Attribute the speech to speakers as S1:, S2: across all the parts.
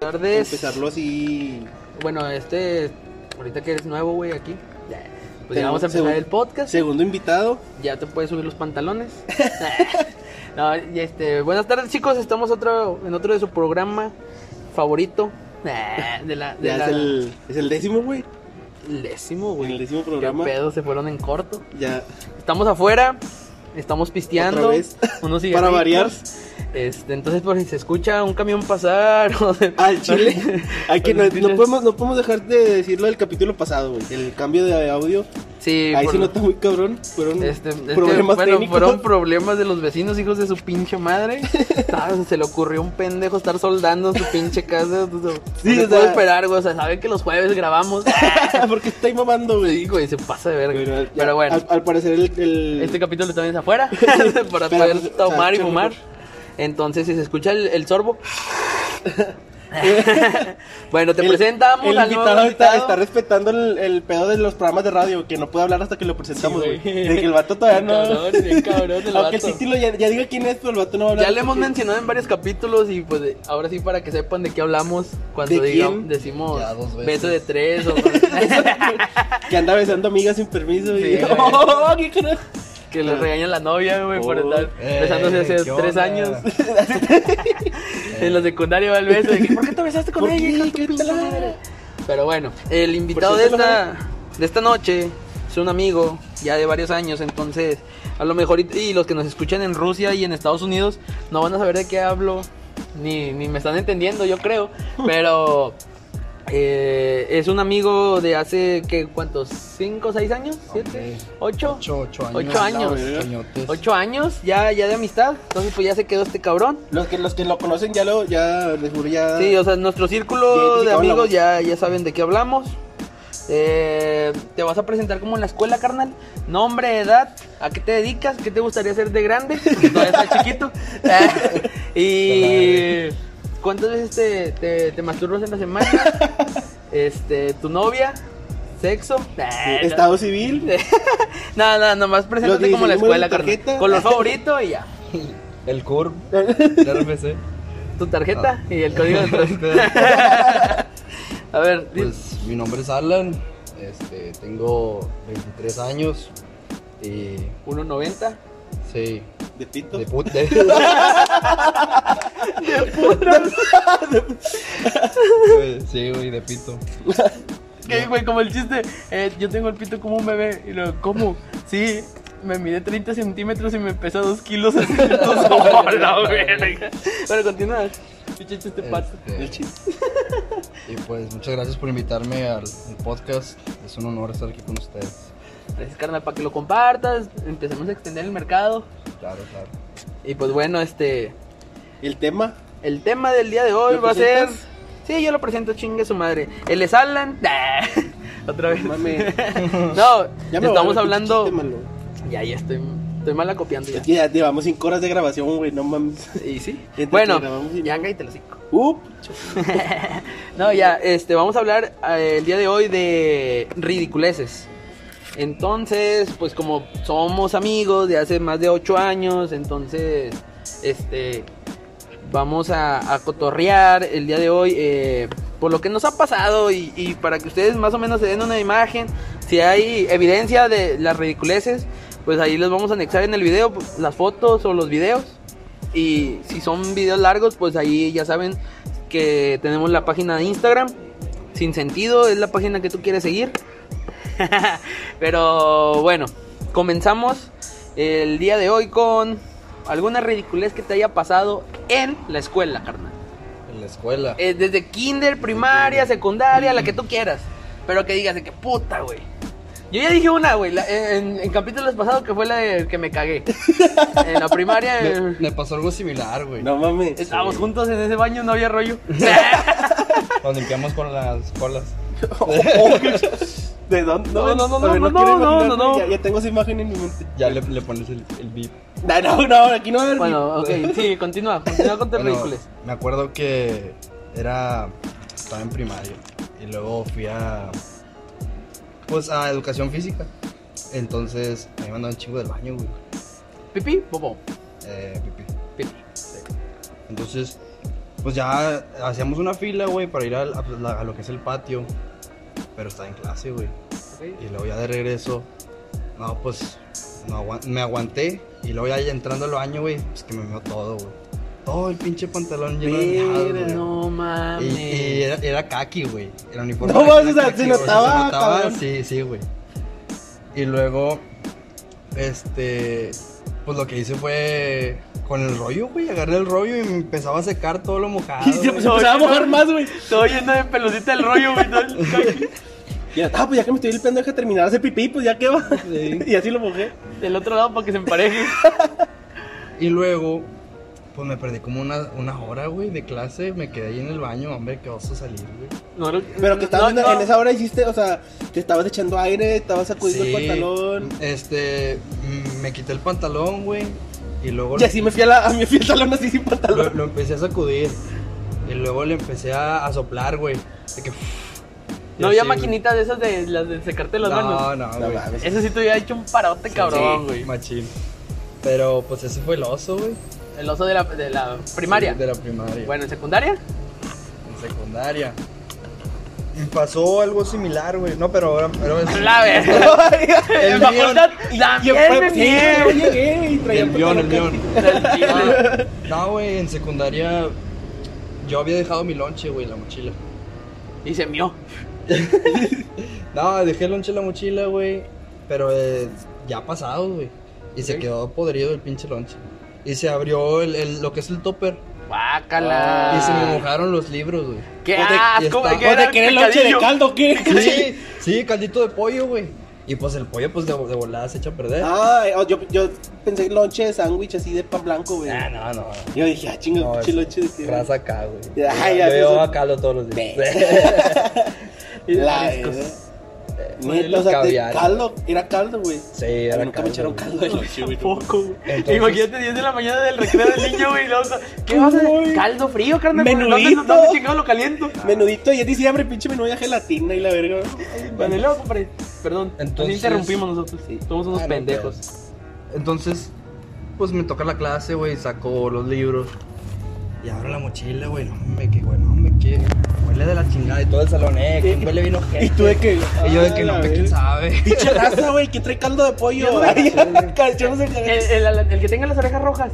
S1: tardes.
S2: Empezarlo así.
S1: Bueno, este, ahorita que eres nuevo, güey, aquí. Pues ya
S2: Tenemos
S1: vamos a empezar
S2: segun-
S1: el podcast.
S2: Segundo invitado.
S1: Ya te puedes subir los pantalones. no, y este, buenas tardes, chicos. Estamos otro, en otro de su programa favorito. De la, de
S2: Ya
S1: la-
S2: es, el, es el décimo, güey.
S1: el décimo,
S2: El
S1: güey.
S2: décimo
S1: Qué
S2: programa.
S1: pedo, se fueron en corto.
S2: Ya.
S1: Estamos afuera, estamos pisteando.
S2: Otra vez.
S1: unos
S2: Para
S1: cigarritos.
S2: variar.
S1: Este, entonces, por si se escucha un camión pasar o de-
S2: Al Ah, chile. Aquí no,
S1: Al chile.
S2: no podemos, no podemos dejar de decirlo del capítulo pasado, güey. El cambio de audio.
S1: Sí,
S2: Ahí
S1: por-
S2: se nota muy cabrón. Fueron
S1: Este, es que,
S2: problemas
S1: bueno,
S2: técnicos.
S1: fueron problemas de los vecinos, hijos de su pinche madre. Estaba- se le ocurrió a un pendejo estar soldando en su pinche casa. No
S2: Sí,
S1: se
S2: o
S1: puede
S2: sea-
S1: esperar, güey. O sea, saben que los jueves grabamos.
S2: Porque estoy mamando,
S1: Sí,
S2: güey.
S1: güey, se pasa de verga.
S2: Pero,
S1: Pero,
S2: ya,
S1: bueno,
S2: Al, al parecer el. el-
S1: este capítulo también es afuera para
S2: Pero,
S1: poder
S2: pues, o sea,
S1: tomar y
S2: chorro.
S1: fumar. Entonces, si se escucha el, el sorbo. bueno, te
S2: el-
S1: presentamos
S2: el
S1: al nuevo
S2: invitado está,
S1: invitado.
S2: está respetando el, el pedo de los programas de radio, que no puede hablar hasta que lo presentamos,
S1: Sí,
S2: güey.
S1: güey.
S2: de que el vato todavía
S1: Bien
S2: no.
S1: cabrón, bien cabrón el
S2: Aunque
S1: vato.
S2: el título ya, ya diga quién es, pero el vato no va a hablar.
S1: Ya le hemos mencionado en varios capítulos y pues de- ahora sí para que sepan de qué hablamos cuando
S2: ¿De
S1: digamos-
S2: quién?
S1: decimos
S3: Ya, dos veces.
S1: beso de tres o
S2: Que anda besando amigas sin permiso.
S1: Sí,
S2: y...
S1: güey.
S2: ¡Oh, qué carajo!
S1: que le regaña la novia, güey, por
S2: Oh.
S1: estar
S3: Eh,
S1: besándose hace
S3: ¿qué
S1: tres
S3: onda?
S1: años. en la secundaria va el beso. de que, ¿Por qué te besaste con
S2: ¿Por
S1: ella?
S2: qué?
S1: hija de tu
S2: ¿Qué
S1: pinche
S2: tal?
S1: madre?" Pero bueno, el invitado
S2: Por
S1: de
S2: cierto,
S1: esta, de esta noche es un amigo ya de varios años, entonces a lo mejor y, y los que nos escuchan en Rusia y en Estados Unidos no van a saber de qué hablo, ni, ni me están entendiendo, yo creo, pero eh, es un amigo de hace, ¿qué, ¿cuántos? ¿Cinco, seis años? ¿Siete?
S3: Ok.
S1: ¿Ocho?
S3: 8, 8 años.
S1: Ocho años.
S3: Añotes.
S1: ¿Ocho años ya, ya de amistad? Entonces pues ya se quedó este cabrón.
S2: Los que, los que lo conocen ya lo, ya, les juro, ya.
S1: Sí, o sea, nuestro círculo
S2: Sí,
S1: de
S2: sí,
S1: amigos
S2: hablamos.
S1: ya, ya saben de qué hablamos. Eh, te vas a presentar como en la escuela, carnal. Nombre, edad, a qué te dedicas, qué te gustaría ser de grande, que todavía estás chiquito. y cuántas veces te, te- te masturbas en la semana. Este, tu novia, sexo.
S2: Estado civil.
S1: No, no, nomás preséntate
S2: Los
S1: como en la
S2: diecinueve
S1: escuela, carnal.
S2: tarjeta.
S1: Color favorito y ya.
S3: El CURB. El RFC.
S1: Tu
S2: Ah.
S1: tarjeta y el código de tránsito.
S2: Pues,
S1: A ver, di-
S3: Pues mi nombre es Alan. Este, tengo 23 años. Y
S1: 1.90.
S3: sí,
S2: De pito.
S3: de puta. De... sí, güey, de pito.
S1: ¿Qué, güey? Como el chiste, eh, yo tengo el pito como un bebé. Y lo, ¿cómo? Sí, me mide 30 centímetros y me pesa 2 kilos. así, entonces, oh, la verga. Bueno, continúa. Pinche chiste pato.
S3: Este,
S2: El chiste.
S3: y pues muchas gracias por invitarme al, al podcast. Es un honor estar aquí con ustedes.
S1: Gracias, carnal, para que lo compartas. Empecemos a extender el mercado.
S3: Claro, claro.
S1: Y pues bueno, este.
S2: El tema.
S1: El tema del día de hoy
S2: ¿Lo
S1: va a ser.
S2: presentas?
S1: Sí, yo lo presento, chingue su madre. Él es Alan. Otra vez.
S2: Mame.
S1: No,
S2: Ya me
S1: estamos
S2: voy,
S1: hablando.
S2: chiste malo.
S1: Ya, ya estoy, estoy mal acopiando ya.
S2: Es que ya llevamos 5 horas de grabación, güey, no mames.
S1: Y sí.
S2: Entre
S1: Bueno,
S2: que grabamos y-
S1: ya cállate los cinco.
S2: Up.
S1: No, ya, este, vamos a hablar eh, el día de hoy de ridiculeces. Entonces, pues como somos amigos de hace más de ocho años, entonces, este, vamos a, a cotorrear el día de hoy eh, por lo que nos ha pasado y, y para que ustedes más o menos se den una imagen, si hay evidencia de las ridiculeces, pues ahí los vamos a anexar en el video, pues, las fotos o los videos. Y si son videos largos, pues ahí ya saben que tenemos la página de Instagram. Sin sentido, es la página que tú quieres seguir. Pero bueno, comenzamos el día de hoy con alguna ridiculez que te haya pasado en la escuela, carnal.
S3: En la escuela.
S1: Eh, desde kinder, primaria, secundaria, la que tú quieras. Pero que digas de que puta, güey. Yo ya dije una, güey, la- en, en capítulos pasados que fue la de que me cagué. En la primaria.
S3: Me,
S1: eh,
S3: me pasó algo similar, güey.
S2: No mames.
S1: Estábamos juntos en ese baño, no había rollo.
S3: Nos limpiamos con las colas.
S2: ¿De dónde?
S1: No, no, no,
S2: a ver,
S1: no, no,
S2: quiero
S1: no,
S2: imaginarme,
S1: no, no.
S2: Ya, ya tengo esa imagen en mi mente.
S3: Ya le, le pones el, el beep.
S2: No, no, no, aquí no va a haber.
S1: Bueno, ok, sí, continúa, continúa con tus
S3: Bueno,
S1: ridículos.
S3: Me acuerdo que era. Estaba en primario. Y luego fui a. Pues a educación física. Entonces me mandaron un chico del baño, güey.
S1: Pipí, bobo,
S3: Eh, pipí.
S1: pipí.
S3: Entonces Pues ya hacíamos una fila, güey, para ir al- a, pues, la- a lo que es el patio. Pero estaba en clase, güey. Y luego ya de regreso, no, pues no aguan- me aguanté. Y luego ya entrando al baño, güey, pues que me meó todo, güey. Todo el pinche pantalón lleno de miados,
S1: Verga,
S3: güey.
S1: no
S3: Y,
S1: mames.
S3: y era, era kaki, güey. Era uniforme.
S2: No,
S3: era
S2: mames, o sea,
S3: kaki,
S2: se
S3: güey,
S2: notaba, cabrón.
S3: Sí, sí, güey. Y luego, este, pues lo que hice fue con el rollo, güey. Agarré el rollo y me empezaba a secar todo lo
S2: Y
S3: mojado.
S2: pues, se
S3: güey.
S2: empezó- empezaba a mojar más, güey.
S1: Todo lleno de pelotita el rollo, güey. todo el caqui.
S2: Y yo, ah, pues ya que me estoy limpiando, deja terminar de hacer pipí, pues ya que va.
S3: Sí.
S2: Y así lo mojé.
S1: Del otro lado para que se empareje.
S3: Y luego, pues me perdí como una, una hora, güey, de clase. Me quedé ahí en el baño, hombre, qué oso salir, güey.
S1: No, no,
S2: Pero que estabas
S1: no,
S2: en- en
S1: no.
S2: esa hora hiciste, o sea, te estabas echando aire, estabas sacudiendo
S3: Sí.
S2: el pantalón.
S3: Este, mm, me quité el pantalón, güey. Y luego...
S2: Y así me fui a, la, a mi fiesta salón así sin
S3: lo,
S2: pantalón.
S3: lo empecé a sacudir. Y luego le empecé a, a soplar, güey. De que, y
S1: No había
S3: así, güey.
S1: maquinitas de esas de las de secarte las manos.
S3: No, no,
S2: No
S3: güey.
S2: mames.
S1: Eso sí te hubiera hecho un parote, cabrón,
S3: Sí,
S1: güey.
S3: Machín. Pero pues ese fue el oso, güey.
S1: El oso de la, de la primaria.
S3: Sí, de la primaria.
S1: Bueno, en secundaria.
S3: En secundaria. Me pasó algo similar, güey. No, pero ahora. pero es-
S1: La vez. en
S3: guión.
S1: facultad también me
S2: Sí,
S1: mieron.
S2: yo llegué y traía
S3: el guión, el guión.
S1: Del-
S3: No, güey, en secundaria. Yo había dejado mi lonche, güey, en la mochila.
S1: Y se mió.
S3: No, dejé el lonche en la mochila, güey. Pero eh, ya pasado, güey. Y se
S1: Ok.
S3: quedó podrido el pinche lonche. Y se abrió el, el- lo que es el topper.
S1: Guácala.
S2: Ah.
S3: Y se me mojaron los libros, güey.
S1: Ah. Qué
S3: Pues de- y
S1: asco, güey.
S3: está-
S1: qué
S2: ¿O te
S1: gran
S2: querés lonche de
S1: pecadillo.
S2: caldo o qué?
S3: Sí, sí, caldito de pollo, güey. Y pues el pollo, pues de, de volada se echa a perder.
S2: Ay, oh, yo, yo pensé lonche de sándwich así de pan blanco, güey.
S3: Ah, no, no.
S2: Yo dije, ah, chinga,
S3: No,
S2: pinche
S3: es
S2: lonche de qué.
S3: Raza acá, güey.
S2: Ay,
S3: yo
S2: ya sé
S3: yo
S2: eso.
S3: acá lo todos los días.
S1: Y de
S2: La
S1: mariscos.
S2: Neta, o sea, de
S3: eh, Caviar.
S2: caldo, era caldo, güey.
S3: Sí,
S2: A mí
S3: era
S2: nunca me echaron
S3: güey.
S2: caldo de lonche, güey.
S1: Poco, güey.
S3: Entonces-
S1: Imagínate 10 de la mañana del recreo del niño, güey. y luego, ¿Qué vas a hacer?
S2: Uy.
S1: Caldo frío, carnal.
S2: Menudito.
S1: ¿Dónde, dónde chingado lo caliento?
S2: Menudito, y es diciembre, pinche menú de gelatina y la verga.
S1: Vale, luego, compadre. Perdón. Entonces...
S3: Entonces-
S1: interrumpimos nosotros. Somos unos
S3: Ah, no,
S1: pendejos.
S3: Entonces, pues me toca la clase, güey, saco los libros. Y abro la mochila, güey, no, hombre, que bueno, hombre, que huele de la chingada. Y todo el salón, eh, que huele bien ojete.
S2: ¿Y tú de qué?
S3: Y yo de que
S2: Ah,
S3: no,
S2: la
S3: hombre,
S2: verga.
S3: quién sabe.
S2: Pinche raza, güey, que trae caldo de pollo. Ay, Cachorros en
S1: El,
S2: cabeza.
S1: el, el, que tenga las orejas rojas.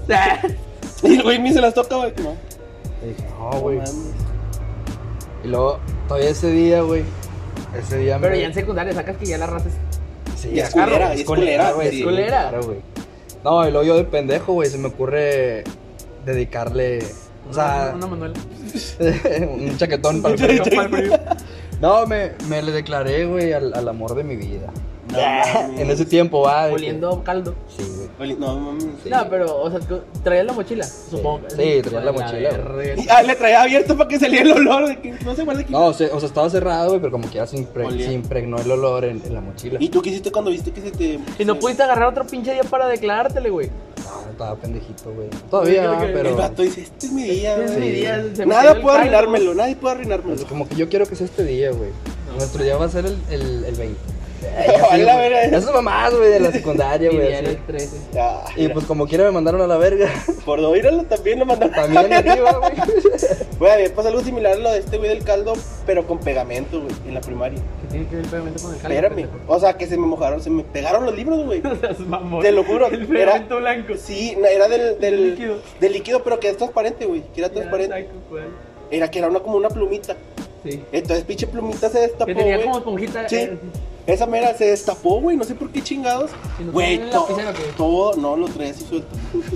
S2: Y el güey ni se las toca, güey. No,
S3: Y dije, no,
S2: no
S3: güey.
S2: mames.
S3: Y luego, todavía ese día, güey, ese día
S1: Pero
S3: me-
S1: ya en secundaria sacas que ya la raza es
S3: Sí,
S2: Y es
S3: acá,
S2: culera,
S3: güey,
S2: y es culera,
S3: güey,
S1: es
S3: sí,
S1: culera.
S3: claro, güey. No, y luego yo de pendejo, güey, se me ocurre dedicarle, o sea,
S1: una, una Manuela.
S3: un chaquetón para el frío. No, me, me le declaré, güey, al, al amor de mi vida.
S2: No mames.
S3: En ese tiempo, va. de que-
S1: Oliendo caldo.
S3: Sí, güey.
S2: Oli- No, mames.
S1: No, pero, o sea, tú traías la mochila, supongo.
S3: Sí, traía la mochila,
S1: verga.
S2: Y, Ah, le traía abierto para que saliera el olor. De que no se huele aquí.
S3: No, o sea, o sea, estaba cerrado, güey, pero como que ya se, impre-
S2: Olía.
S3: se impregnó el olor en, en la mochila.
S2: ¿Y tú qué hiciste cuando viste que se te.?
S1: Y no pudiste agarrar otro pinche día para declarártele, güey.
S3: No, estaba pendejito, güey. Todavía,
S1: Yo creo que-
S2: El
S3: pero.
S2: vato dice: Este es mi día,
S1: Es mi
S2: güey.
S1: día, se me cayó
S2: Nada
S1: el
S2: puede
S1: caldo.
S2: arruinármelo, nadie puede arruinármelo.
S3: pues, como que yo quiero que sea este día, güey. Nuestro día va a ser el, el, el 20.
S2: Ojalá, verga.
S3: Esas mamás, güey, de la secundaria,
S1: Y
S3: güey.
S1: ya era
S3: así.
S1: el 13.
S2: Ah,
S3: Y pues como quiera me mandaron a la verga.
S2: Por no irlo también lo mandaron.
S3: También arriba, güey.
S2: Güey, había pasado algo similar a lo de este güey del caldo, pero con pegamento, güey, en la primaria.
S1: Que tiene que ver el pegamento con el caldo.
S2: Espérame.
S1: pendejo.
S2: O sea, que se me mojaron, se me pegaron los libros, güey.
S1: No seas mamón.
S2: Te lo juro,
S1: El
S2: era-
S1: pegamento blanco.
S2: Sí, no, era del, del,
S1: líquido.
S2: del líquido, pero que es transparente, güey. Que era transparente.
S1: Exacto, güey.
S2: Era que era una, como una plumita.
S1: Sí.
S2: Entonces, pinche plumita se destapó,
S1: Que tenía
S2: güey.
S1: como esponjita.
S2: Sí.
S1: eh,
S2: Esa mera se destapó, güey. No sé por qué chingados.
S1: ¿Y no
S2: Güey,
S1: traía el
S2: to-
S1: lapicero o qué?
S2: todo. No, lo traía así suelto.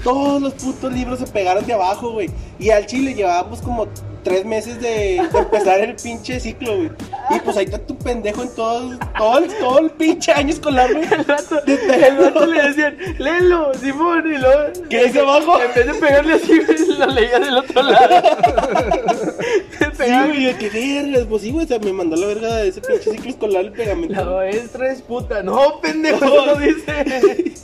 S2: Todos los putos libros se pegaron de abajo, güey. Y al chile llevábamos como tres meses de, de empezar el pinche ciclo, güey. Y pues ahí está tu pendejo en todo, todo, el- todo el pinche año escolar, güey.
S1: El vato,
S2: De
S1: el vato
S2: tenerlo.
S1: le decían, léelo, Simón, y luego.
S2: ¿Qué dice abajo?
S1: En vez de pegarle así, güey, lo leía del otro lado. Se
S2: Sí,
S1: pegaba-
S2: güey, yo, qué vergas, pues sí, güey, o sea, me mandó la verga de ese pinche ciclo escolar el
S1: La
S2: pegamento.
S1: maestra es puta. No, pendejo, eso no dice.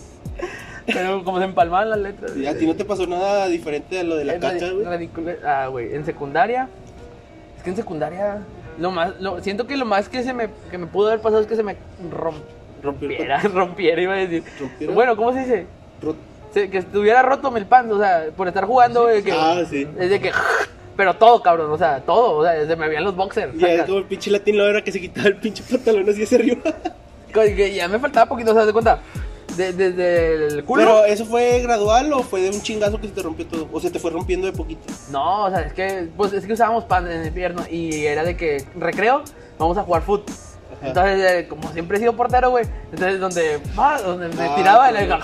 S1: Pero como se empalmaban las letras.
S2: Y a ti no te pasó nada diferente a lo de la
S1: Es
S2: cacha,
S1: radi-
S2: güey.
S1: radicule- Ah, güey. En secundaria. Es que en secundaria. Lo más, lo- siento que lo más que se me, que me pudo haber pasado es que se me romp- rompiera, rompiera, iba a decir.
S2: ¿Rompiera?
S1: Bueno, ¿cómo se dice?
S2: Rot-
S1: Se- que estuviera roto mi pan, o sea, por estar jugando, güey, que-
S2: Ah, sí.
S1: Es de que Pero todo, cabrón, o sea, todo, o sea, desde me veían los boxers.
S2: Y es
S1: sacas.
S2: como el pinche latín lo era que se quitaba el pinche pantalón así hacia arriba.
S1: Co- que ya me faltaba poquito, o sea, haz de cuenta. De- Desde el culo.
S2: Pero, ¿eso fue gradual o fue de un chingazo que se te rompió todo? O se te fue rompiendo de poquito.
S1: No, o sea, es que, pues, es que usábamos pan en el invierno y era de que recreo, vamos a jugar foot.
S2: Ajá.
S1: Entonces, eh, como siempre he sido portero, güey, entonces donde, va, donde me
S2: Ah,
S1: tiraba, y le
S2: sí.
S1: digo,